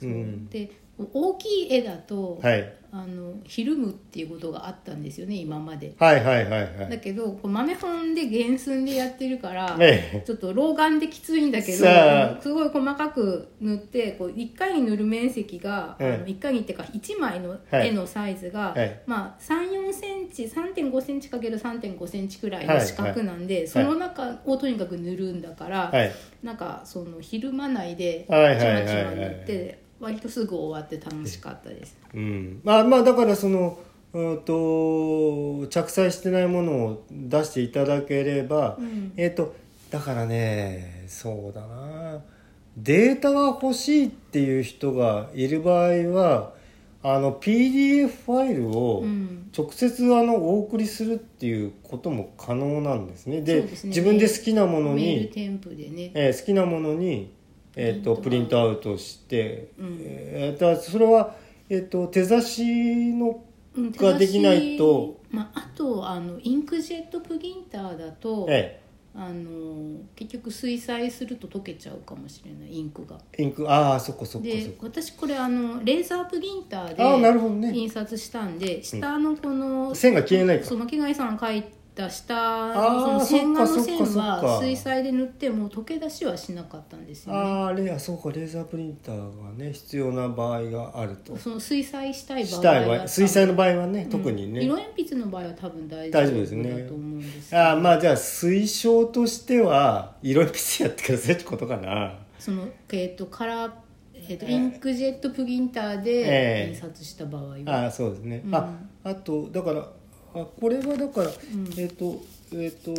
Speaker 2: そう
Speaker 1: うん
Speaker 2: で大きい絵だと、
Speaker 1: はい、
Speaker 2: あのひるむっていうことがあったんですよね今まで。
Speaker 1: はいはいはいはい
Speaker 2: だけどこう豆本で原寸でやってるから、
Speaker 1: ええ
Speaker 2: ちょっと老眼できついんだけど
Speaker 1: さあ
Speaker 2: すごい細かく塗ってこう1回に塗る面積が、
Speaker 1: ええ
Speaker 2: あの1回にっていうか1枚の
Speaker 1: はい
Speaker 2: 絵のサイズが、
Speaker 1: はい
Speaker 2: まあ、34センチ3.5センチかける3.5センチくらい
Speaker 1: は
Speaker 2: の
Speaker 1: い
Speaker 2: 四角なんで、その中をとにかく塗るんだから、
Speaker 1: はい
Speaker 2: なんかそのひるまないでち
Speaker 1: は
Speaker 2: ま
Speaker 1: い
Speaker 2: ち
Speaker 1: はいはいはい
Speaker 2: ま塗って割とすぐ終わって楽しかったです。
Speaker 1: うん、まあまあだからそのうんと着彩してないものを出していただければ、
Speaker 2: うん
Speaker 1: えっ、とだからねそうだなデータが欲しいっていう人がいる場合はあの PDF ファイルを
Speaker 2: うん
Speaker 1: 直接あのお送りするっていうことも可能なんですね。で
Speaker 2: そうですね
Speaker 1: 自分で好きなもの
Speaker 2: メール
Speaker 1: に、
Speaker 2: 添付でね
Speaker 1: えー好きなものに、えっとプ
Speaker 2: プ
Speaker 1: リ
Speaker 2: リ
Speaker 1: ン
Speaker 2: ン
Speaker 1: ト
Speaker 2: ト
Speaker 1: アウトして、
Speaker 2: うん
Speaker 1: えーだからそれは、えっと手差しの
Speaker 2: うん
Speaker 1: ができないと
Speaker 2: 手出しまあ、あとあのインクジェットプリンターだと、
Speaker 1: え
Speaker 2: あの結局水彩すると溶けちゃうかもしれないインクが
Speaker 1: えインクああそっかそっかそ
Speaker 2: で
Speaker 1: っか
Speaker 2: 私これあのレーザープリンター
Speaker 1: ああなる
Speaker 2: で
Speaker 1: ほどね
Speaker 2: 印刷したんで、下のこの、
Speaker 1: 線が消えないか
Speaker 2: そう巻貝さんが描いた下
Speaker 1: あー
Speaker 2: のその線画の線
Speaker 1: そっかそっかそっか
Speaker 2: は水彩で塗っても溶け出しはしなかったんですよね
Speaker 1: ああレあそうかレーザープリンターがね必要な場合があると
Speaker 2: その水彩したい場合
Speaker 1: したい場
Speaker 2: は
Speaker 1: 合水彩の場合はね、特に
Speaker 2: うん
Speaker 1: ね
Speaker 2: 色鉛筆の場合は多分大丈
Speaker 1: 大
Speaker 2: 夫
Speaker 1: 丈夫ですね
Speaker 2: だと思うんですけど
Speaker 1: ああまあじゃあ推奨としては色鉛筆やってくださいってことかな
Speaker 2: その、えっとカラー、えっとインクジェットプリンター
Speaker 1: え
Speaker 2: で
Speaker 1: え
Speaker 2: 印刷した場合は、
Speaker 1: ああそうですね、
Speaker 2: うん
Speaker 1: ああとだからあこれはだから、
Speaker 2: ん
Speaker 1: えっ、とえっ、と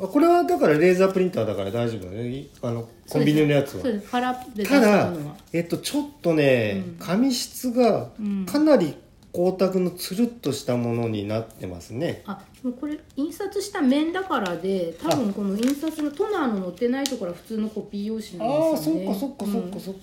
Speaker 1: あこれはだからレーザープリンターだから大丈夫だねいあのコンビニのやつは
Speaker 2: そうですカラーで出した
Speaker 1: だ
Speaker 2: ものは、
Speaker 1: えっと、ちょっとね、
Speaker 2: うん
Speaker 1: 紙質が
Speaker 2: うん
Speaker 1: かなり光沢のつるっとしたものになってますね、
Speaker 2: あでもこれ印刷した面だからで多分この印刷のトナーの載ってないところは普通のコピー用紙
Speaker 1: あ
Speaker 2: なん
Speaker 1: あ
Speaker 2: です
Speaker 1: そ
Speaker 2: よ
Speaker 1: っ
Speaker 2: ね
Speaker 1: かそっかそっ
Speaker 2: う
Speaker 1: か
Speaker 2: ん
Speaker 1: そっか、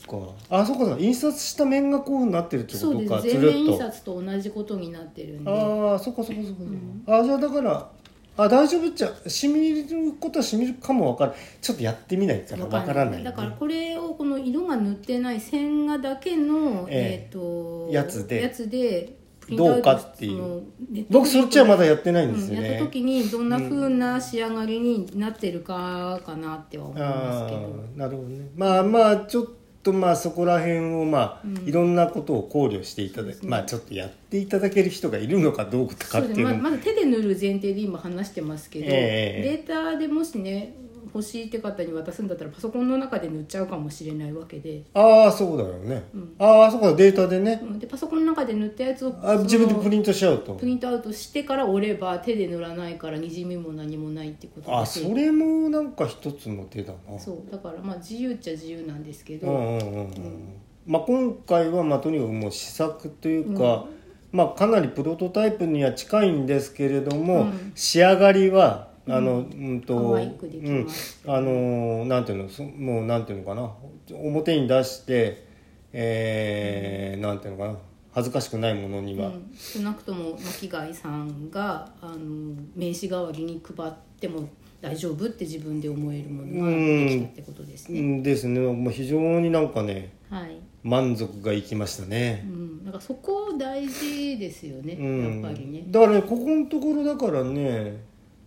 Speaker 1: あそっかそっか印刷した面がこういうふうになってるってこ
Speaker 2: そう
Speaker 1: と
Speaker 2: で
Speaker 1: か
Speaker 2: す
Speaker 1: つ
Speaker 2: 全
Speaker 1: る
Speaker 2: 面
Speaker 1: っと
Speaker 2: 印刷と同じことになってるんで
Speaker 1: ああそっかそっかそっか、
Speaker 2: ん
Speaker 1: ああじゃあだからあ大丈夫っちゃしみることはしみるかもわかるちょっとやってみないからわからない、ね、
Speaker 2: だからこれをこの色が塗ってない線画だけの、
Speaker 1: え
Speaker 2: えーと
Speaker 1: やつで
Speaker 2: やつでプリントア
Speaker 1: どう
Speaker 2: ウト
Speaker 1: かっていう
Speaker 2: そのネット
Speaker 1: 僕そっちはまだやってないんです
Speaker 2: うん
Speaker 1: よ
Speaker 2: やっ
Speaker 1: ね、
Speaker 2: た時にどんな風な仕上がりになってるかかなっては思いま
Speaker 1: あ
Speaker 2: すけど、
Speaker 1: ーなるほどねまあまあちょっとまあそこら辺をまあ、
Speaker 2: うん
Speaker 1: いろんなことを考慮していただ
Speaker 2: そうですね
Speaker 1: まあちょっとやっていただける人がいるのかどうか
Speaker 2: そう
Speaker 1: って
Speaker 2: で
Speaker 1: いう
Speaker 2: ま
Speaker 1: のも
Speaker 2: まだ手で塗る前提で今話してますけど、
Speaker 1: ええ
Speaker 2: データでもしね欲しいって方に渡すんだったらパソコンの中で塗っちゃうかもしれないわけで,、
Speaker 1: ああそうだよね、
Speaker 2: うん
Speaker 1: ああそうかデータでね
Speaker 2: うんでパソコンの中で塗ったやつを
Speaker 1: あ
Speaker 2: その
Speaker 1: 自分でプリントしちゃうと
Speaker 2: プリントアウトしてから折れば手で塗らないからにじみも何もないってこと
Speaker 1: あ
Speaker 2: だ
Speaker 1: そ
Speaker 2: し
Speaker 1: れもなんか一つの手だな
Speaker 2: そうだからまあ自由っちゃ自由なんですけど、
Speaker 1: うんうんうんうんまあ、今回はまあとにかくもう試作というか、まあ、かなりプロトタイプには近いんですけれども、
Speaker 2: うん
Speaker 1: 仕上がりはあの、うんと
Speaker 2: 可愛くでき
Speaker 1: うん
Speaker 2: ま、す
Speaker 1: あのなんていうのそもうなんていうのかな表に出して、えーなんていうのかな恥ずかしくないものには、
Speaker 2: うん少なくとも巻貝さんがあの名刺代わりに配っても大丈夫って自分で思えるものができたってことです
Speaker 1: う
Speaker 2: ね。
Speaker 1: んですねもう非常になんかね
Speaker 2: はい
Speaker 1: 満足がいきましたね
Speaker 2: う。ん、なんかそこ大事ですよね、
Speaker 1: うん、
Speaker 2: やっぱりね。
Speaker 1: だからねここのところだからね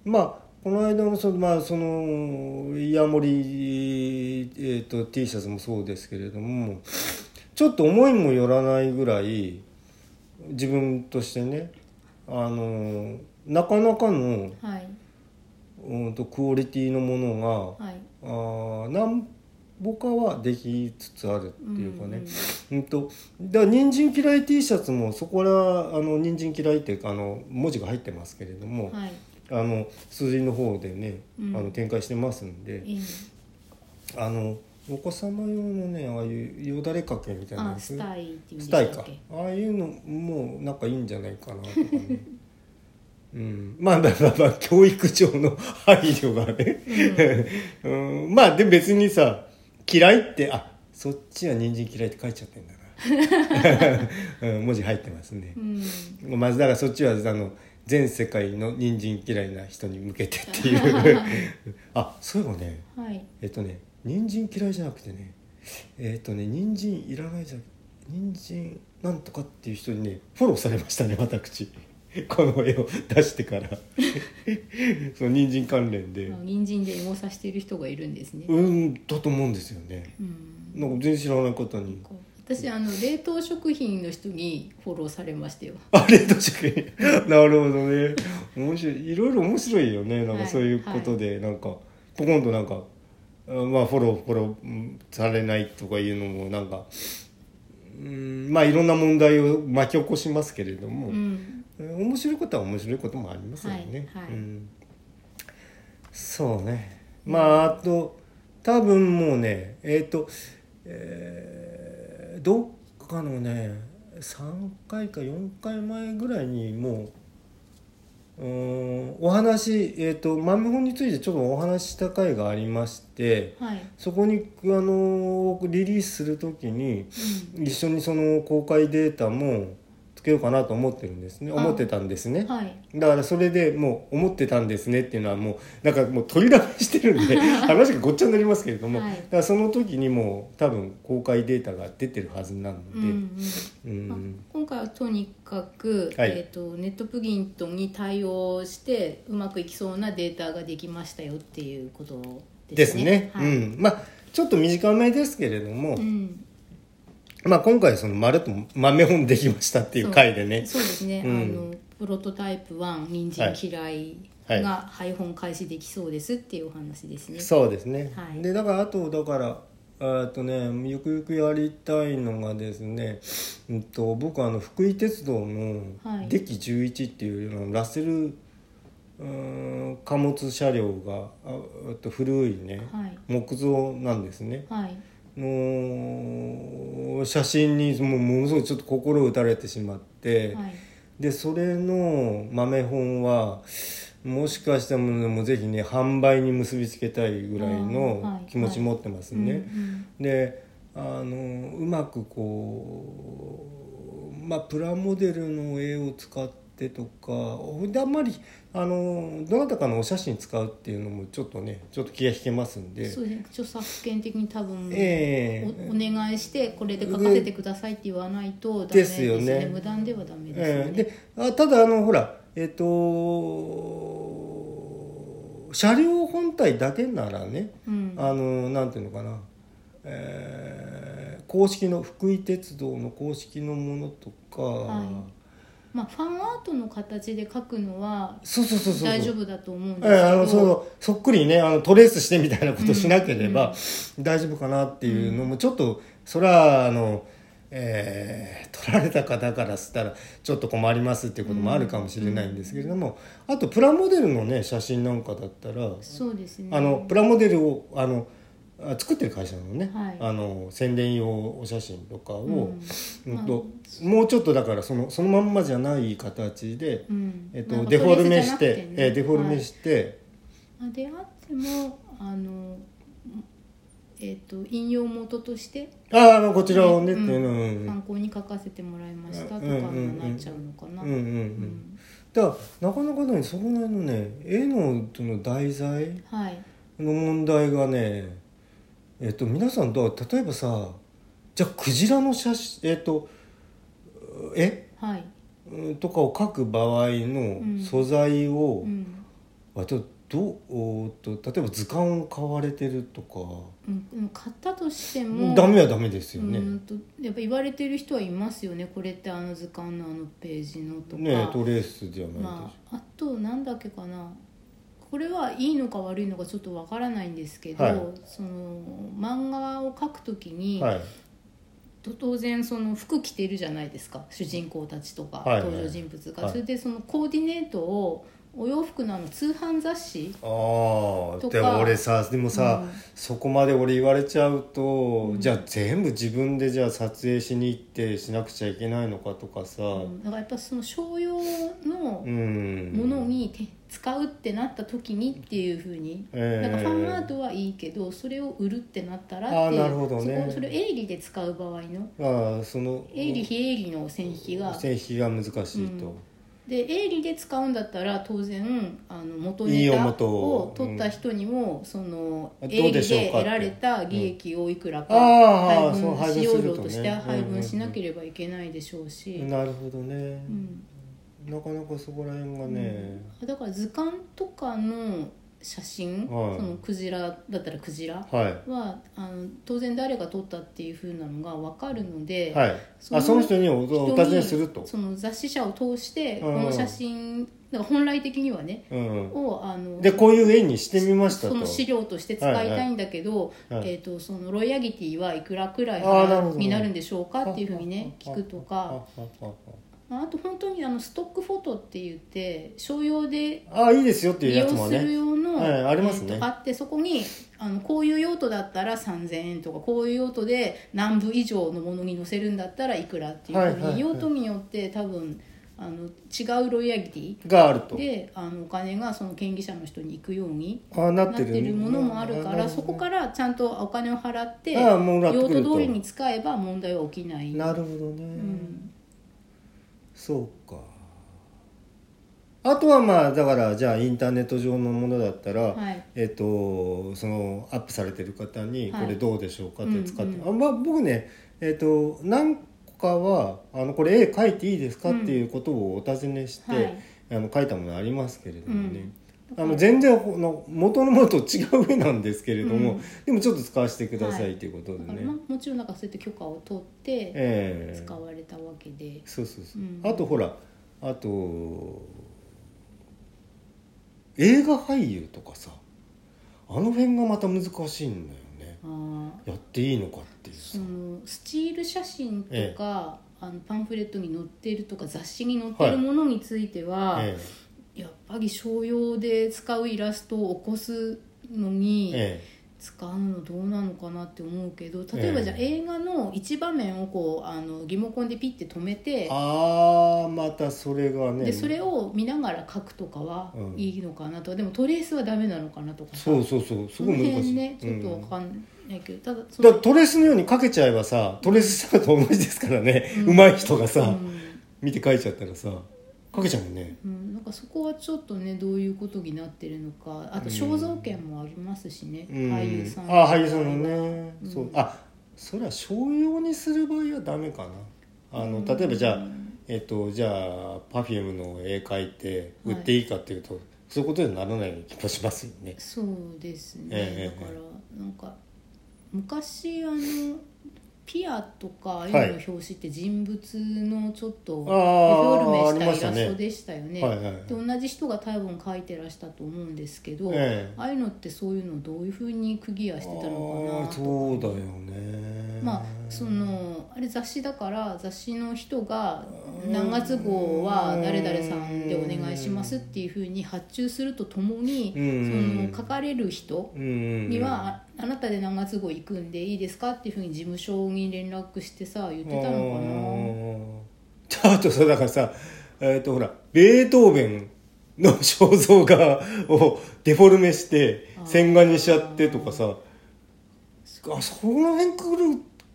Speaker 1: まあこの間のその,、まあ、そのヤモリ、えー、と T シャツもそうですけれどもちょっと思いもよらないぐらい自分としてねあのなかなかの
Speaker 2: はい
Speaker 1: うんとクオリティのもの
Speaker 2: はい。
Speaker 1: があーなんぼかはできつつあるって
Speaker 2: ん
Speaker 1: いうかね、うんとだから人参嫌い T シャツもそこはあの人参嫌いっていうかあの文字が入ってますけれども、
Speaker 2: はい。
Speaker 1: あの数字の方でね、
Speaker 2: うん
Speaker 1: あの展開してますんで、
Speaker 2: ええ
Speaker 1: あのお子様用のねああいうよだれかけみたいな
Speaker 2: あ
Speaker 1: や、つ
Speaker 2: スタイっていうんで
Speaker 1: ス
Speaker 2: し
Speaker 1: タ
Speaker 2: た
Speaker 1: イか
Speaker 2: っけ。
Speaker 1: ああいうのもなんかいいんじゃないかなとかね (laughs) うん、まあまあまあまあ教育上の配慮がね、 (laughs) うんまあで別にさ嫌いってあそっちは人参嫌いって書いちゃってんだ
Speaker 2: (laughs)
Speaker 1: な、うん、文字入ってますね
Speaker 2: う、ん。
Speaker 1: まずだからそっちはあの全世界の人参嫌いな人に向けてって
Speaker 2: (laughs)
Speaker 1: いうあそういえばね
Speaker 2: はい。
Speaker 1: えっとね人参嫌いじゃなくてねえっとね人参いらないじゃ人参なんとかっていう人にねフォローされましたね私 (laughs) この絵を出してから (laughs) その人参関連で
Speaker 2: あ人参でエゴさしてる人がいるんですね。
Speaker 1: うんだと思うんですよね
Speaker 2: うん。
Speaker 1: なんか全然知らない方に
Speaker 2: こう私あの冷凍食品の人にフォローされましたよ。
Speaker 1: あれどうして (laughs) なるほどね面白いいろいろ面白いよねなんか
Speaker 2: はい
Speaker 1: そういうことで、なんかポコンとなんかあまあフォローフォローうんされないとかいうのもなんかうんまあいろんな問題を巻き起こしますけれども、
Speaker 2: うん
Speaker 1: うん面白いことは面白いこともありますよね、
Speaker 2: はいはい
Speaker 1: うん、そうねまああと多分もうねえっ、と、えーどっかのね3回か4回前ぐらいにもううーんお話えっ、とマムホについてちょっとお話しした回がありまして
Speaker 2: はい、
Speaker 1: そこにあのリリースする時に一緒にその公開データもつけようかなと思ってるんですね
Speaker 2: あ
Speaker 1: 思ってたんです
Speaker 2: う
Speaker 1: ね
Speaker 2: ん、はい
Speaker 1: だからそれでもう思ってたんですねっていうのはもうなんかもう取りだめしてる
Speaker 2: (laughs)
Speaker 1: んで話がごっちゃになりますけれども、
Speaker 2: はい
Speaker 1: だからその時にもう多分公開データが出てるはずなの
Speaker 2: う
Speaker 1: で、うん
Speaker 2: んうんまあ、今回はとにかく、
Speaker 1: はい
Speaker 2: えー、とネットプリントに対応してうまくいきそうなデータができましたよっていうことで
Speaker 1: ですす
Speaker 2: ね。
Speaker 1: ね、
Speaker 2: はい
Speaker 1: うん、まあちょっと短めですけれども、
Speaker 2: うん
Speaker 1: まあ、今回そのまるっと豆本できましたっていう回でね
Speaker 2: そうですね、
Speaker 1: うん
Speaker 2: あのプロトタイプ1人参嫌い
Speaker 1: はい
Speaker 2: が配本開始できそうですっていうお話ですね、
Speaker 1: そうですね、
Speaker 2: はい
Speaker 1: でだからあとだからえーっとねゆくゆくやりたいのがですね、うん、と僕あの福井鉄道の
Speaker 2: はい
Speaker 1: デッキ11っていうのラッセルうーん貨物車両があえっと古いね、
Speaker 2: はい
Speaker 1: 木造なんですね
Speaker 2: はい
Speaker 1: の写真にもうものすごいちょっと心を打たれてしまって、
Speaker 2: はい
Speaker 1: でそれの豆本はもしかしたらもうぜひね販売に結びつけたいぐらい
Speaker 2: あーは
Speaker 1: の
Speaker 2: い
Speaker 1: 気持ち持ってます
Speaker 2: うんう
Speaker 1: ね。
Speaker 2: ん
Speaker 1: であのうまくこう、まあ、プラモデルの絵を使ってとかほんであんまりあのどなたかのお写真使うっていうのもちょっとねちょっと気が引けますんで。
Speaker 2: そうですね著作権的に多分、
Speaker 1: ええ
Speaker 2: おお願いしてこれで書かせてくださいって言わないとダメです
Speaker 1: ですよ
Speaker 2: よね
Speaker 1: ね
Speaker 2: 無断ではダメですよね
Speaker 1: え、えであただあのほらえっ、と車両本体だけならね、
Speaker 2: うん
Speaker 1: あのなんていうのかな、えー公式の福井鉄道の公式のものとか、
Speaker 2: はまあ、ファンアートの形で書くのは
Speaker 1: そうそうそうそう
Speaker 2: 大丈夫だと思うんですけ
Speaker 1: え
Speaker 2: ど、
Speaker 1: えあのそのそっくりねあのトレースしてみたいなことしなければ大丈夫かなっていうのもちょっとそれはあの、えー取られた方からしたらちょっと困りますっていうこともあるかもしれないんですけれども、あとプラモデルのね写真なんかだったら、
Speaker 2: そうですね
Speaker 1: あのプラモデルをあのあ作ってる会社のね、
Speaker 2: はい
Speaker 1: あの宣伝用お写真とかを、う
Speaker 2: う
Speaker 1: んんともうちょっとだからそのそのまんまじゃない形で、
Speaker 2: うん
Speaker 1: えっ
Speaker 2: な
Speaker 1: と、
Speaker 2: んか
Speaker 1: デフォルメ
Speaker 2: トレースじ
Speaker 1: し
Speaker 2: ゃなく
Speaker 1: て
Speaker 2: てね
Speaker 1: えーデフォルメして。
Speaker 2: まあであってもあのえっ、と引用元として
Speaker 1: あーあのこちらをねっ
Speaker 2: う
Speaker 1: て
Speaker 2: ん
Speaker 1: いうのうんうん
Speaker 2: 参考に書かせてもらいましたとか
Speaker 1: うんうんうん
Speaker 2: になっちゃうのかな、
Speaker 1: うんうんう
Speaker 2: うんん
Speaker 1: だからなかなかねそこら辺のね絵のその題材
Speaker 2: はい
Speaker 1: の問題がねえっと皆さんどう例えばさじゃあクジラの写真えっとえ
Speaker 2: はい、
Speaker 1: うんとかを描く場合
Speaker 2: うん
Speaker 1: の素材を、
Speaker 2: うん
Speaker 1: あとどうおーっと例えば図鑑を買われてるとか
Speaker 2: うん、でも買ったとしても
Speaker 1: ダメはダメですよ
Speaker 2: うー
Speaker 1: ね
Speaker 2: んとやっぱ言われてる人はいますよねこれってあの図鑑のあのページのとか、
Speaker 1: ねトレースじゃないでしょ、
Speaker 2: まあ、あとなんだっけかなこれはいいのか悪いのかちょっとわからないんですけど、
Speaker 1: はい
Speaker 2: その漫画を描くときに、
Speaker 1: はい
Speaker 2: と当然その服着てるじゃないですか主人公たちとか、
Speaker 1: はいはい
Speaker 2: 登場人物が、
Speaker 1: はい
Speaker 2: それでそのコーディネートをお洋服のあの通販雑誌
Speaker 1: ああ
Speaker 2: とか
Speaker 1: でも俺さでもさ、
Speaker 2: うん
Speaker 1: そこまで俺言われちゃうと、じゃあ全部自分でじゃあ撮影しに行ってしなくちゃいけないのかとかさ
Speaker 2: うんだからやっぱその商用の
Speaker 1: うん、
Speaker 2: ものにて使うってなった時にっていうふうに、
Speaker 1: ええ
Speaker 2: なんかファンアートはいいけどそれを売るってなったらってい
Speaker 1: あー
Speaker 2: う
Speaker 1: なるほどね
Speaker 2: そこそれを営利で使う場合の
Speaker 1: まあその
Speaker 2: 営利非営利の線引きが
Speaker 1: 線引きが難しいと、
Speaker 2: で営利で使うんだったら当然あの元
Speaker 1: いい
Speaker 2: ネ
Speaker 1: よ
Speaker 2: タ
Speaker 1: 元を
Speaker 2: を取った人にも、その
Speaker 1: どう
Speaker 2: 営利
Speaker 1: で
Speaker 2: で
Speaker 1: しょうかって
Speaker 2: 得られた利益をいくらか
Speaker 1: うんあーあー
Speaker 2: 配
Speaker 1: そう
Speaker 2: 分
Speaker 1: 配分
Speaker 2: 使
Speaker 1: す
Speaker 2: 用
Speaker 1: るとね
Speaker 2: 料として配分しなければいけないでしょうし、うん
Speaker 1: なるほどね、なかなかそこら辺がね、
Speaker 2: だから図鑑とかの写真、
Speaker 1: はい
Speaker 2: そのクジラだったらクジラ
Speaker 1: はい
Speaker 2: はあの当然誰が撮ったっていうふうなのが分かるので、
Speaker 1: はい
Speaker 2: その
Speaker 1: あその人にお
Speaker 2: 人に
Speaker 1: お尋ねすると
Speaker 2: その雑誌社を通してこ
Speaker 1: うん
Speaker 2: の写真だから本来的にはね
Speaker 1: うん、
Speaker 2: をあの
Speaker 1: でこういう絵にしてみました
Speaker 2: そ
Speaker 1: と
Speaker 2: の資料として使いたいんだけど、
Speaker 1: はいはい
Speaker 2: えー、とそのロイヤリティはいくらくらい
Speaker 1: あーなるほど
Speaker 2: になるんでしょうかっていうふうにね
Speaker 1: あ
Speaker 2: 聞くとか
Speaker 1: ああああ
Speaker 2: まああと本当にあのストックフォトって言って商用で
Speaker 1: ああいいですよっていう
Speaker 2: 利
Speaker 1: や
Speaker 2: 用
Speaker 1: つも
Speaker 2: する
Speaker 1: ね
Speaker 2: 用の、
Speaker 1: はいありますね
Speaker 2: えーとあってそこにあのこういう用途だったら3000円とかこういう用途で何部以上のものに載せるんだったらいくらっていうふう
Speaker 1: は
Speaker 2: に、
Speaker 1: いはいはい
Speaker 2: 用途によって多分あの違うロイヤリティ
Speaker 1: があると
Speaker 2: であのお金がその権利者の人に行くように
Speaker 1: ああな
Speaker 2: な
Speaker 1: っ
Speaker 2: って
Speaker 1: る
Speaker 2: てるものもあるからそこ
Speaker 1: ら
Speaker 2: からちゃんとお金を払って
Speaker 1: ああもうなってく
Speaker 2: 用
Speaker 1: ると
Speaker 2: 途通りに使えば問題は起きない
Speaker 1: なるほどね、
Speaker 2: うん
Speaker 1: そうかあとはまあだからじゃあインターネット上のものだったら、
Speaker 2: はい
Speaker 1: えっとそのアップされてる方に「
Speaker 2: はい
Speaker 1: これどうでしょうか?」っ
Speaker 2: うんう
Speaker 1: て
Speaker 2: ん
Speaker 1: 使って、あまあ、僕ねえっと何個かは「あのこれ絵描いていいですか?」っていうことをお尋ねして、
Speaker 2: はい
Speaker 1: あの描いたものありますけれどもね、あの全然ほの元のものと違う絵なんですけれども、
Speaker 2: うん
Speaker 1: でもちょっと使わせてくださ
Speaker 2: はい
Speaker 1: いということで
Speaker 2: だ
Speaker 1: ね
Speaker 2: か。らまあもちろんなんかそうやって許可を取って
Speaker 1: ええ
Speaker 2: 使われたわけで、
Speaker 1: そうそうそう、
Speaker 2: うん
Speaker 1: あとほらあと映画俳優とかさあの辺がまた難しいんだよね
Speaker 2: ああ
Speaker 1: やっていいのかっていうさ
Speaker 2: そのスチール写真とか、
Speaker 1: ええ
Speaker 2: あのパンフレットに載ってるとか雑誌に載ってるものについては、
Speaker 1: え
Speaker 2: やっぱり商用で使うイラストを起こすの
Speaker 1: え
Speaker 2: に、
Speaker 1: え
Speaker 2: 使うのどうなのかなって思うけど例え
Speaker 1: え
Speaker 2: ば
Speaker 1: え
Speaker 2: じゃあ映画の一場面をこうあのリモコンでピッて止め
Speaker 1: え
Speaker 2: て、
Speaker 1: ああまたそれがね
Speaker 2: でそれを見ながら書くとかは
Speaker 1: うん
Speaker 2: いいのかなと、でもトレースはダメなのかなとかさ
Speaker 1: そうそうそうす
Speaker 2: そ
Speaker 1: ご
Speaker 2: の
Speaker 1: い難
Speaker 2: 辺
Speaker 1: しい、
Speaker 2: ねちょっと
Speaker 1: う
Speaker 2: わ
Speaker 1: ん
Speaker 2: かんないけど、ただそ
Speaker 1: だ
Speaker 2: の
Speaker 1: からトレースのようにかけちゃえばさトレースしたのと同じですからね、
Speaker 2: う
Speaker 1: うんま上手い人がさ、
Speaker 2: うん
Speaker 1: 見て書いちゃったらさかけちゃうもんね
Speaker 2: うん、なんかそこはちょっとねどういうことになってるのかあと肖像権もありますしね、
Speaker 1: うん
Speaker 2: 俳優さん
Speaker 1: あ俳優さんのね、
Speaker 2: うん
Speaker 1: そうあそれは商用にする場合はダメかなあの、
Speaker 2: うん
Speaker 1: 例えばじゃあ、えっとじゃあ Perfume の絵描いて売っていいかっていうと、そういうことにはならない気もしますよね
Speaker 2: そうですね、
Speaker 1: ええ
Speaker 2: だからなんか昔あのピアとかああいうのの表紙って人物のちょっと
Speaker 1: あー
Speaker 2: デフォル
Speaker 1: ありま
Speaker 2: メし
Speaker 1: したた
Speaker 2: イ
Speaker 1: ね
Speaker 2: ラストでしたよね
Speaker 1: はいはい
Speaker 2: で同じ人が多分描いてらしたと思うんですけど、
Speaker 1: ええ
Speaker 2: ああいうのってそういうのをどういうふうにクギアしてた
Speaker 1: あー
Speaker 2: のかな
Speaker 1: そうだよね
Speaker 2: まあそのあれ雑誌だから雑誌の人が何月号は誰々さんでお願いしますっていうふうに発注するとともにそ
Speaker 1: うん
Speaker 2: の書かれる人
Speaker 1: うん
Speaker 2: にはああなたで何月号行くんでいいですかっていうふうに事務所に連絡してさ言ってたの
Speaker 1: かなあとさだからさえっ、とほらベートーベンの肖像画をデフォルメして
Speaker 2: あー
Speaker 1: 線画にしちゃってとかさあその辺く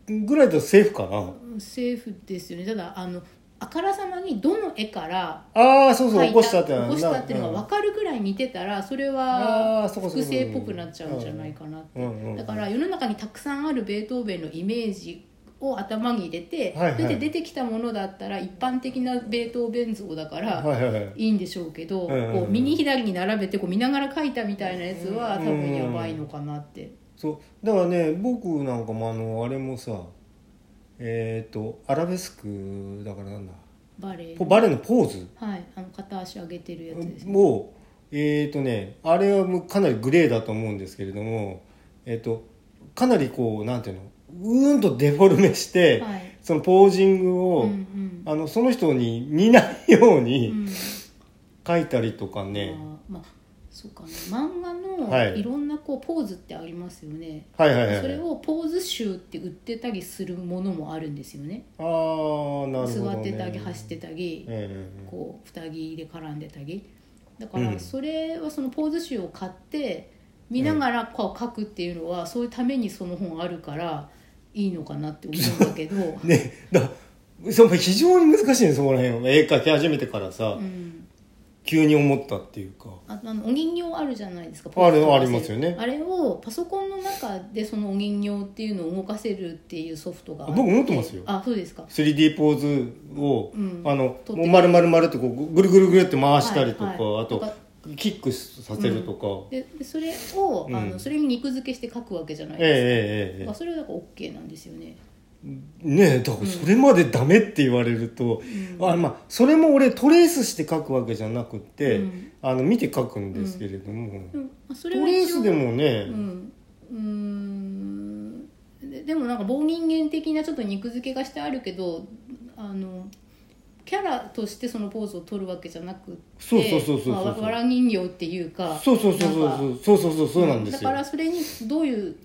Speaker 1: るぐらいだとセーフかな
Speaker 2: かな政府ですよねただあのあからさまにどの絵から
Speaker 1: ああそうそう
Speaker 2: 描い
Speaker 1: 起こしたって
Speaker 2: 起こしたっていうのが
Speaker 1: な
Speaker 2: 分かるぐらい似てたらそれ
Speaker 1: あ
Speaker 2: は
Speaker 1: ーそうかそう
Speaker 2: 複
Speaker 1: か
Speaker 2: 製っぽくなっちゃうんじゃないかなって
Speaker 1: うんうんうん
Speaker 2: だから世の中にたくさんあるベートーベンのイメージを頭に入れて、
Speaker 1: はいはい
Speaker 2: それで出てきたものだったら一般的なベートーベン像だから、
Speaker 1: はいはいはい
Speaker 2: いいんでしょうけど、
Speaker 1: うんうんうん
Speaker 2: こう右左に並べてこう見ながら書いたみたいなやつは多分やばいのかなって、
Speaker 1: そうだからね僕なんかもあのあれもさえっ、とアラベスクだからなんだ
Speaker 2: バレエ
Speaker 1: ポバレエのポーズ
Speaker 2: はいあの片足上げてるやつですね
Speaker 1: もうえっ、とねあれはもうかなりグレーだと思うんですけれどもえっ、とかなりこうなんていうのうーんとデフォルメして、
Speaker 2: はい
Speaker 1: そのポージングを、
Speaker 2: うんうん
Speaker 1: あのその人に似ないよう
Speaker 2: う
Speaker 1: に
Speaker 2: ん
Speaker 1: 描いたりとかね、
Speaker 2: あーまあそうかね漫画
Speaker 1: は
Speaker 2: の
Speaker 1: い
Speaker 2: いろんなこうポーズってありますよね、
Speaker 1: はいはいはい
Speaker 2: それをポーズ集って売ってたりするものもあるんですよね
Speaker 1: ああなるほど、
Speaker 2: 座
Speaker 1: ね、、
Speaker 2: ってたり走っててたり、
Speaker 1: ええ
Speaker 2: こう二着で絡んでたりだか
Speaker 1: う
Speaker 2: ら
Speaker 1: ん
Speaker 2: それはそのポーズ集を買って見ながらこう書くっていうのはそういうためにその本あるからいいのかなって思うんだけ
Speaker 1: (laughs)
Speaker 2: ど、
Speaker 1: ねだその非常に難しいねそこら辺は絵描き始めてからさ、
Speaker 2: うん、
Speaker 1: 急に思ったっていうか
Speaker 2: ああのお人形あるじゃないですか
Speaker 1: ある
Speaker 2: ポーズと合わせ
Speaker 1: ありますよね
Speaker 2: あれをパソコンの中でそのお人形っていうのを動かせるっていうソフトがあ
Speaker 1: あ僕持ってますよ
Speaker 2: あそうですか
Speaker 1: 3D ポーズを、
Speaker 2: うん
Speaker 1: あの
Speaker 2: 撮って
Speaker 1: もう丸々丸ってこうぐるぐるぐるって回したりとか、
Speaker 2: はいはい
Speaker 1: あと
Speaker 2: とか
Speaker 1: キックさせるとか、
Speaker 2: ででそれを、
Speaker 1: うん
Speaker 2: あのそれに肉付けして書くわけじゃないですか、
Speaker 1: えええええ
Speaker 2: まあそれはだから OK なんですよね
Speaker 1: えねえだからそれまでダメって言われると、あまあそれも俺トレースして書くわけじゃなくて、
Speaker 2: うん
Speaker 1: あの見て書くんですけれども、
Speaker 2: でもまあそ
Speaker 1: ト
Speaker 2: れは
Speaker 1: レースでもね、
Speaker 2: うんうーんででもなんか棒人間的なちょっと肉付けがしてあるけどあのキャラとしてそのポーズを取るわけじゃなくて
Speaker 1: そうそうそうそうそう
Speaker 2: まあわわら人形っていうか
Speaker 1: そうそうそう
Speaker 2: なんか
Speaker 1: そうそうそうそうそうなんです
Speaker 2: だ
Speaker 1: よ
Speaker 2: からそれにどういう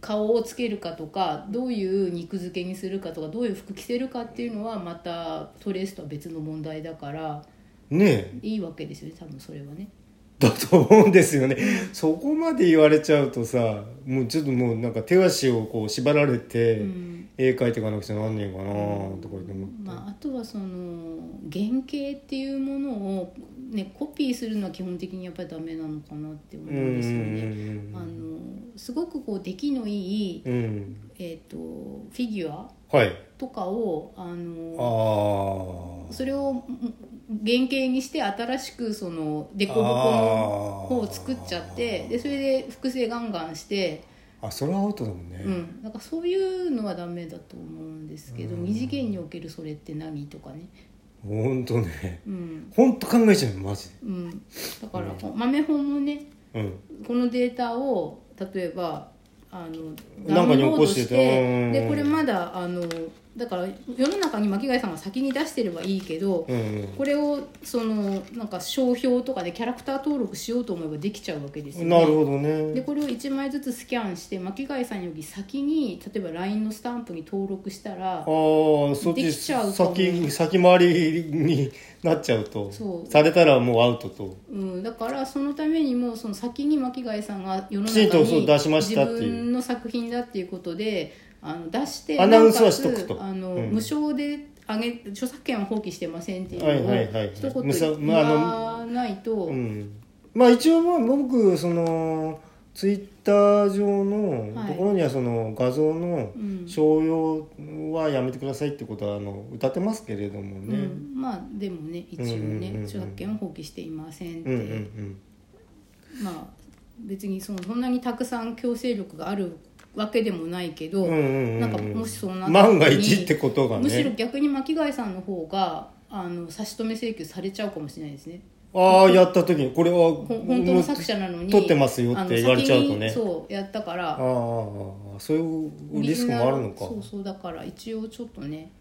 Speaker 2: 顔をつけるかとかどういう肉付けにするかとかどういう服着せるかっていうのはまたトレースとは別の問題だから
Speaker 1: ねえ
Speaker 2: いいわけですよね多分それはね。
Speaker 1: だと思うんですよねそこまで言われちゃうとさもうちょっともうなんか手足をこう縛られて、
Speaker 2: うん
Speaker 1: 絵描いていかなくちゃなんねえかなとか言って思って、
Speaker 2: まあ、あとはその原型っていうものを、ね、コピーするのは基本的にやっぱりダメなのかなって思
Speaker 1: う
Speaker 2: うん
Speaker 1: うん
Speaker 2: んですよ
Speaker 1: う
Speaker 2: ね。あ
Speaker 1: ん
Speaker 2: のすごくこう出来のいい、
Speaker 1: うんうん
Speaker 2: えー、とフィギュア
Speaker 1: はい
Speaker 2: とかをあの
Speaker 1: ああ
Speaker 2: それをん原型にして新しくその凸凹の方を作っちゃって
Speaker 1: あー
Speaker 2: でそれで複製ガンガンして、
Speaker 1: あそれはアウトだもんね、
Speaker 2: うん、なんかそういうのはダメだと思うんですけど、
Speaker 1: うん
Speaker 2: 二次元におけるそれって何とかね、
Speaker 1: ほんとね
Speaker 2: うん
Speaker 1: ほんと考えちゃうよマジ
Speaker 2: うん、だからこう豆本もね
Speaker 1: でうん
Speaker 2: このデータを例えばあの
Speaker 1: なんかに起こして
Speaker 2: ダウンロード
Speaker 1: うん
Speaker 2: でこれまだあのだから世の中に巻貝さんが先に出してればいいけど、
Speaker 1: うんうん
Speaker 2: これをそのなんか商標とかでキャラクター登録しようと思えばできちゃうわけですよね。
Speaker 1: なるほど
Speaker 2: で
Speaker 1: ね
Speaker 2: これを1枚ずつスキャンして巻貝さんより先に例えば LINE のスタンプに登録したら
Speaker 1: ああそっ
Speaker 2: で
Speaker 1: ち
Speaker 2: きちゃうかも
Speaker 1: 先先回りになっちゃうと
Speaker 2: そう
Speaker 1: されたらもうアウトと
Speaker 2: うん、だからそのためにもその先に巻貝さんが世の
Speaker 1: きちん
Speaker 2: 中
Speaker 1: とそう
Speaker 2: に
Speaker 1: 出しましたっていう
Speaker 2: 自分の作品だっていうことであの出して
Speaker 1: アナウンスは
Speaker 2: なおかつ
Speaker 1: しとくと
Speaker 2: あの、
Speaker 1: うん
Speaker 2: 無償であげ著作権は放棄してませんっていう
Speaker 1: はいはいはい
Speaker 2: の
Speaker 1: は
Speaker 2: を
Speaker 1: い
Speaker 2: 一言
Speaker 1: 無償
Speaker 2: 言
Speaker 1: まああの
Speaker 2: わないと、
Speaker 1: うんまあ一応まあ僕そのツイッター上の
Speaker 2: はい
Speaker 1: ところにはその画像の
Speaker 2: うん
Speaker 1: 商用はやめてくださいってことはあの歌ってますけれどもね、
Speaker 2: うん、まあでもね一応ね、
Speaker 1: うんうんうんうん
Speaker 2: 著作権を放棄していませんっ
Speaker 1: う
Speaker 2: て、
Speaker 1: ん、うんうん
Speaker 2: まあ別にそのそんなにたくさん強制力があるわけでもないけど、
Speaker 1: うんうんうん
Speaker 2: なんかもしそうなった時に
Speaker 1: 万が一ってことがね
Speaker 2: むしろ逆に巻貝さんの方があの差し止め請求されちゃうかもしれないですね
Speaker 1: ああやった時にこれは
Speaker 2: ほ本当の作者なのに
Speaker 1: 撮ってますよって言われちゃうとね
Speaker 2: あの先にそうやったか
Speaker 1: ああ
Speaker 2: ら
Speaker 1: そういうリスクもあるのか
Speaker 2: そうそうだから一応ちょっとね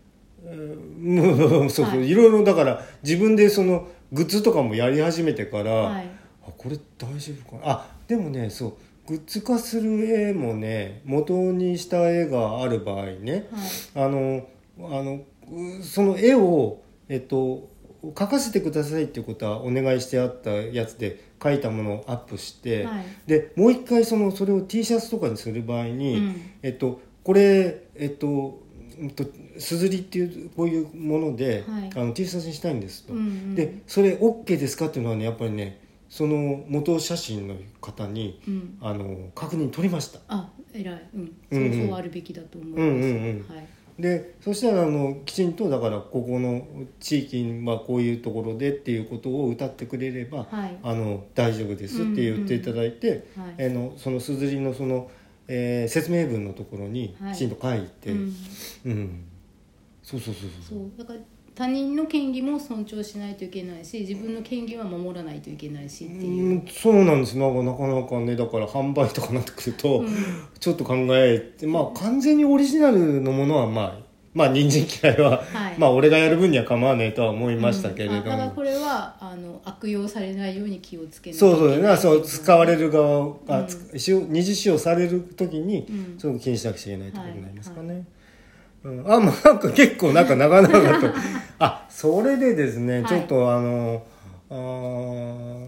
Speaker 1: うんそうそう、
Speaker 2: はい
Speaker 1: い、ろいろだから自分でそのグッズとかもやり始めてから、
Speaker 2: はい
Speaker 1: あこれ大丈夫かなあでもねそうグッズ化する絵もね元にした絵がある場合ね
Speaker 2: はい
Speaker 1: あのあのうその絵をえっと描かせてくださいっていうことはお願いしてあったやつで描いたものをアップして、
Speaker 2: はい
Speaker 1: でもう一回そのそれを T シャツとかにする場合に、
Speaker 2: うん
Speaker 1: えっとこれえっとうんとすずりっていうこういうもので、
Speaker 2: はい
Speaker 1: あの T シャツにしたいんですと、
Speaker 2: うんうん
Speaker 1: でそれ OK ですかっていうのはねやっぱりねその元写真の方に
Speaker 2: うん
Speaker 1: あの確認取りました
Speaker 2: あ偉い、うん
Speaker 1: うんうん
Speaker 2: そうそうあるべきだと思います、
Speaker 1: うんうん
Speaker 2: はい
Speaker 1: でそしたらあのきちんとだからここの地域はこういうところでっていうことを歌ってくれれば、
Speaker 2: はい
Speaker 1: あの大丈夫ですって言っていただいて、
Speaker 2: はい
Speaker 1: あのそのすずりのその、えー説明文のところに
Speaker 2: はい
Speaker 1: きちんと書いて、
Speaker 2: うん、
Speaker 1: うんそうそうそう
Speaker 2: そ
Speaker 1: そう
Speaker 2: うだから他人の権利も尊重しないといけないし自分の権利は守らないといけないしっていう、
Speaker 1: うんそうなんですなんかなかなかねだから販売とかなってくると、
Speaker 2: うん
Speaker 1: ちょっと考えてまあ完全にオリジナルのものはまあまあ人参嫌いは、
Speaker 2: はい
Speaker 1: まあ俺がやる分には構わねえとは思いましたけれども、
Speaker 2: うんあだからこれはあの悪用されないように気をつけないとい
Speaker 1: そう
Speaker 2: け
Speaker 1: そう
Speaker 2: ない
Speaker 1: だからそう使われる側が、
Speaker 2: うん
Speaker 1: つ使用二次使用される時に、
Speaker 2: うん
Speaker 1: そういうの気にしなくちゃいけないってことになりますかね、うん、あもうなんか結構なんか長々
Speaker 2: (laughs)
Speaker 1: とあそれでですね、
Speaker 2: はい
Speaker 1: ちょっとあのあー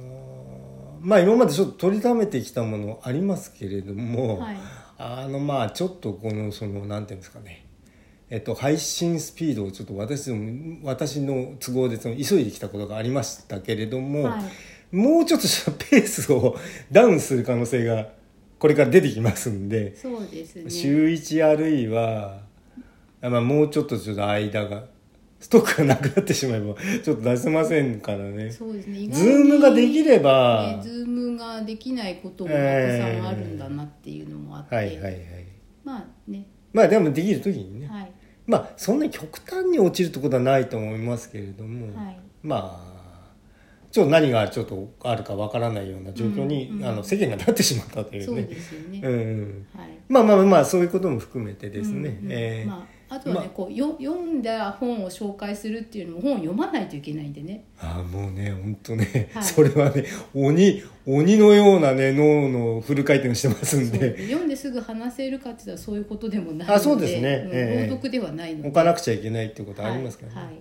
Speaker 1: まあ今までちょっと取りためてきたものありますけれども、
Speaker 2: はい
Speaker 1: あのまあちょっとこのそのなんていうんですかねえっと、配信スピードをちょっと私ども私の都合でその急いできたことがありましたけれども、
Speaker 2: はい
Speaker 1: もうちょっとしたペースをダウンする可能性がこれから出てきますんで、
Speaker 2: そうですね
Speaker 1: 週1あるいは、あまあ、もうちょっとちょっと間がストックがなくなってしまえば (laughs) ちょっと出せませんからねズ
Speaker 2: そうですね意外に
Speaker 1: ームができれば、
Speaker 2: ねズームができないこともたくさんあるんだなっていうのもあって、
Speaker 1: はいはいはい
Speaker 2: まあね
Speaker 1: まあでもできる時にね、
Speaker 2: はい
Speaker 1: まあそんなに極端に落ちるってことはないと思いますけれども、
Speaker 2: はい
Speaker 1: まあちょっと何がちょっとあるかわからないような状況に、
Speaker 2: うんうん
Speaker 1: あの世間がなってしまったというね。
Speaker 2: そうですよね、
Speaker 1: うんうん
Speaker 2: はい
Speaker 1: まあまあまあそういうことも含めてですね、
Speaker 2: うんうん
Speaker 1: えー
Speaker 2: まあとはね、
Speaker 1: ま
Speaker 2: こうよ読んだ本を紹介するっていうのも本を読まないといけないんでね
Speaker 1: ああもうね本当ね、
Speaker 2: はい
Speaker 1: それはね鬼鬼のようなね脳のフル回転をしてますん
Speaker 2: そう
Speaker 1: で
Speaker 2: 読んですぐ話せるかって言ったらそういうことでもないので
Speaker 1: あそうですね
Speaker 2: ん
Speaker 1: ええ
Speaker 2: 朗読ではないので
Speaker 1: 置かなくちゃいけないっていうことありますからね。
Speaker 2: はいはい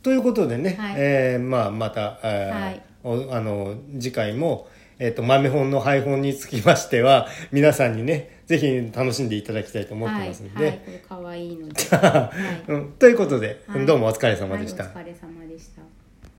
Speaker 1: ということでね、
Speaker 2: はい
Speaker 1: えーまあ、また、えーおあの次回も、えー、と豆本の配本につきましては皆さんにねぜひ楽しんでいただきたいと思ってますので。 (laughs)
Speaker 2: はいはい、これ可愛いので、はい
Speaker 1: うんということで、
Speaker 2: はい
Speaker 1: どうもお疲れ様でした。
Speaker 2: はいお疲れ様でした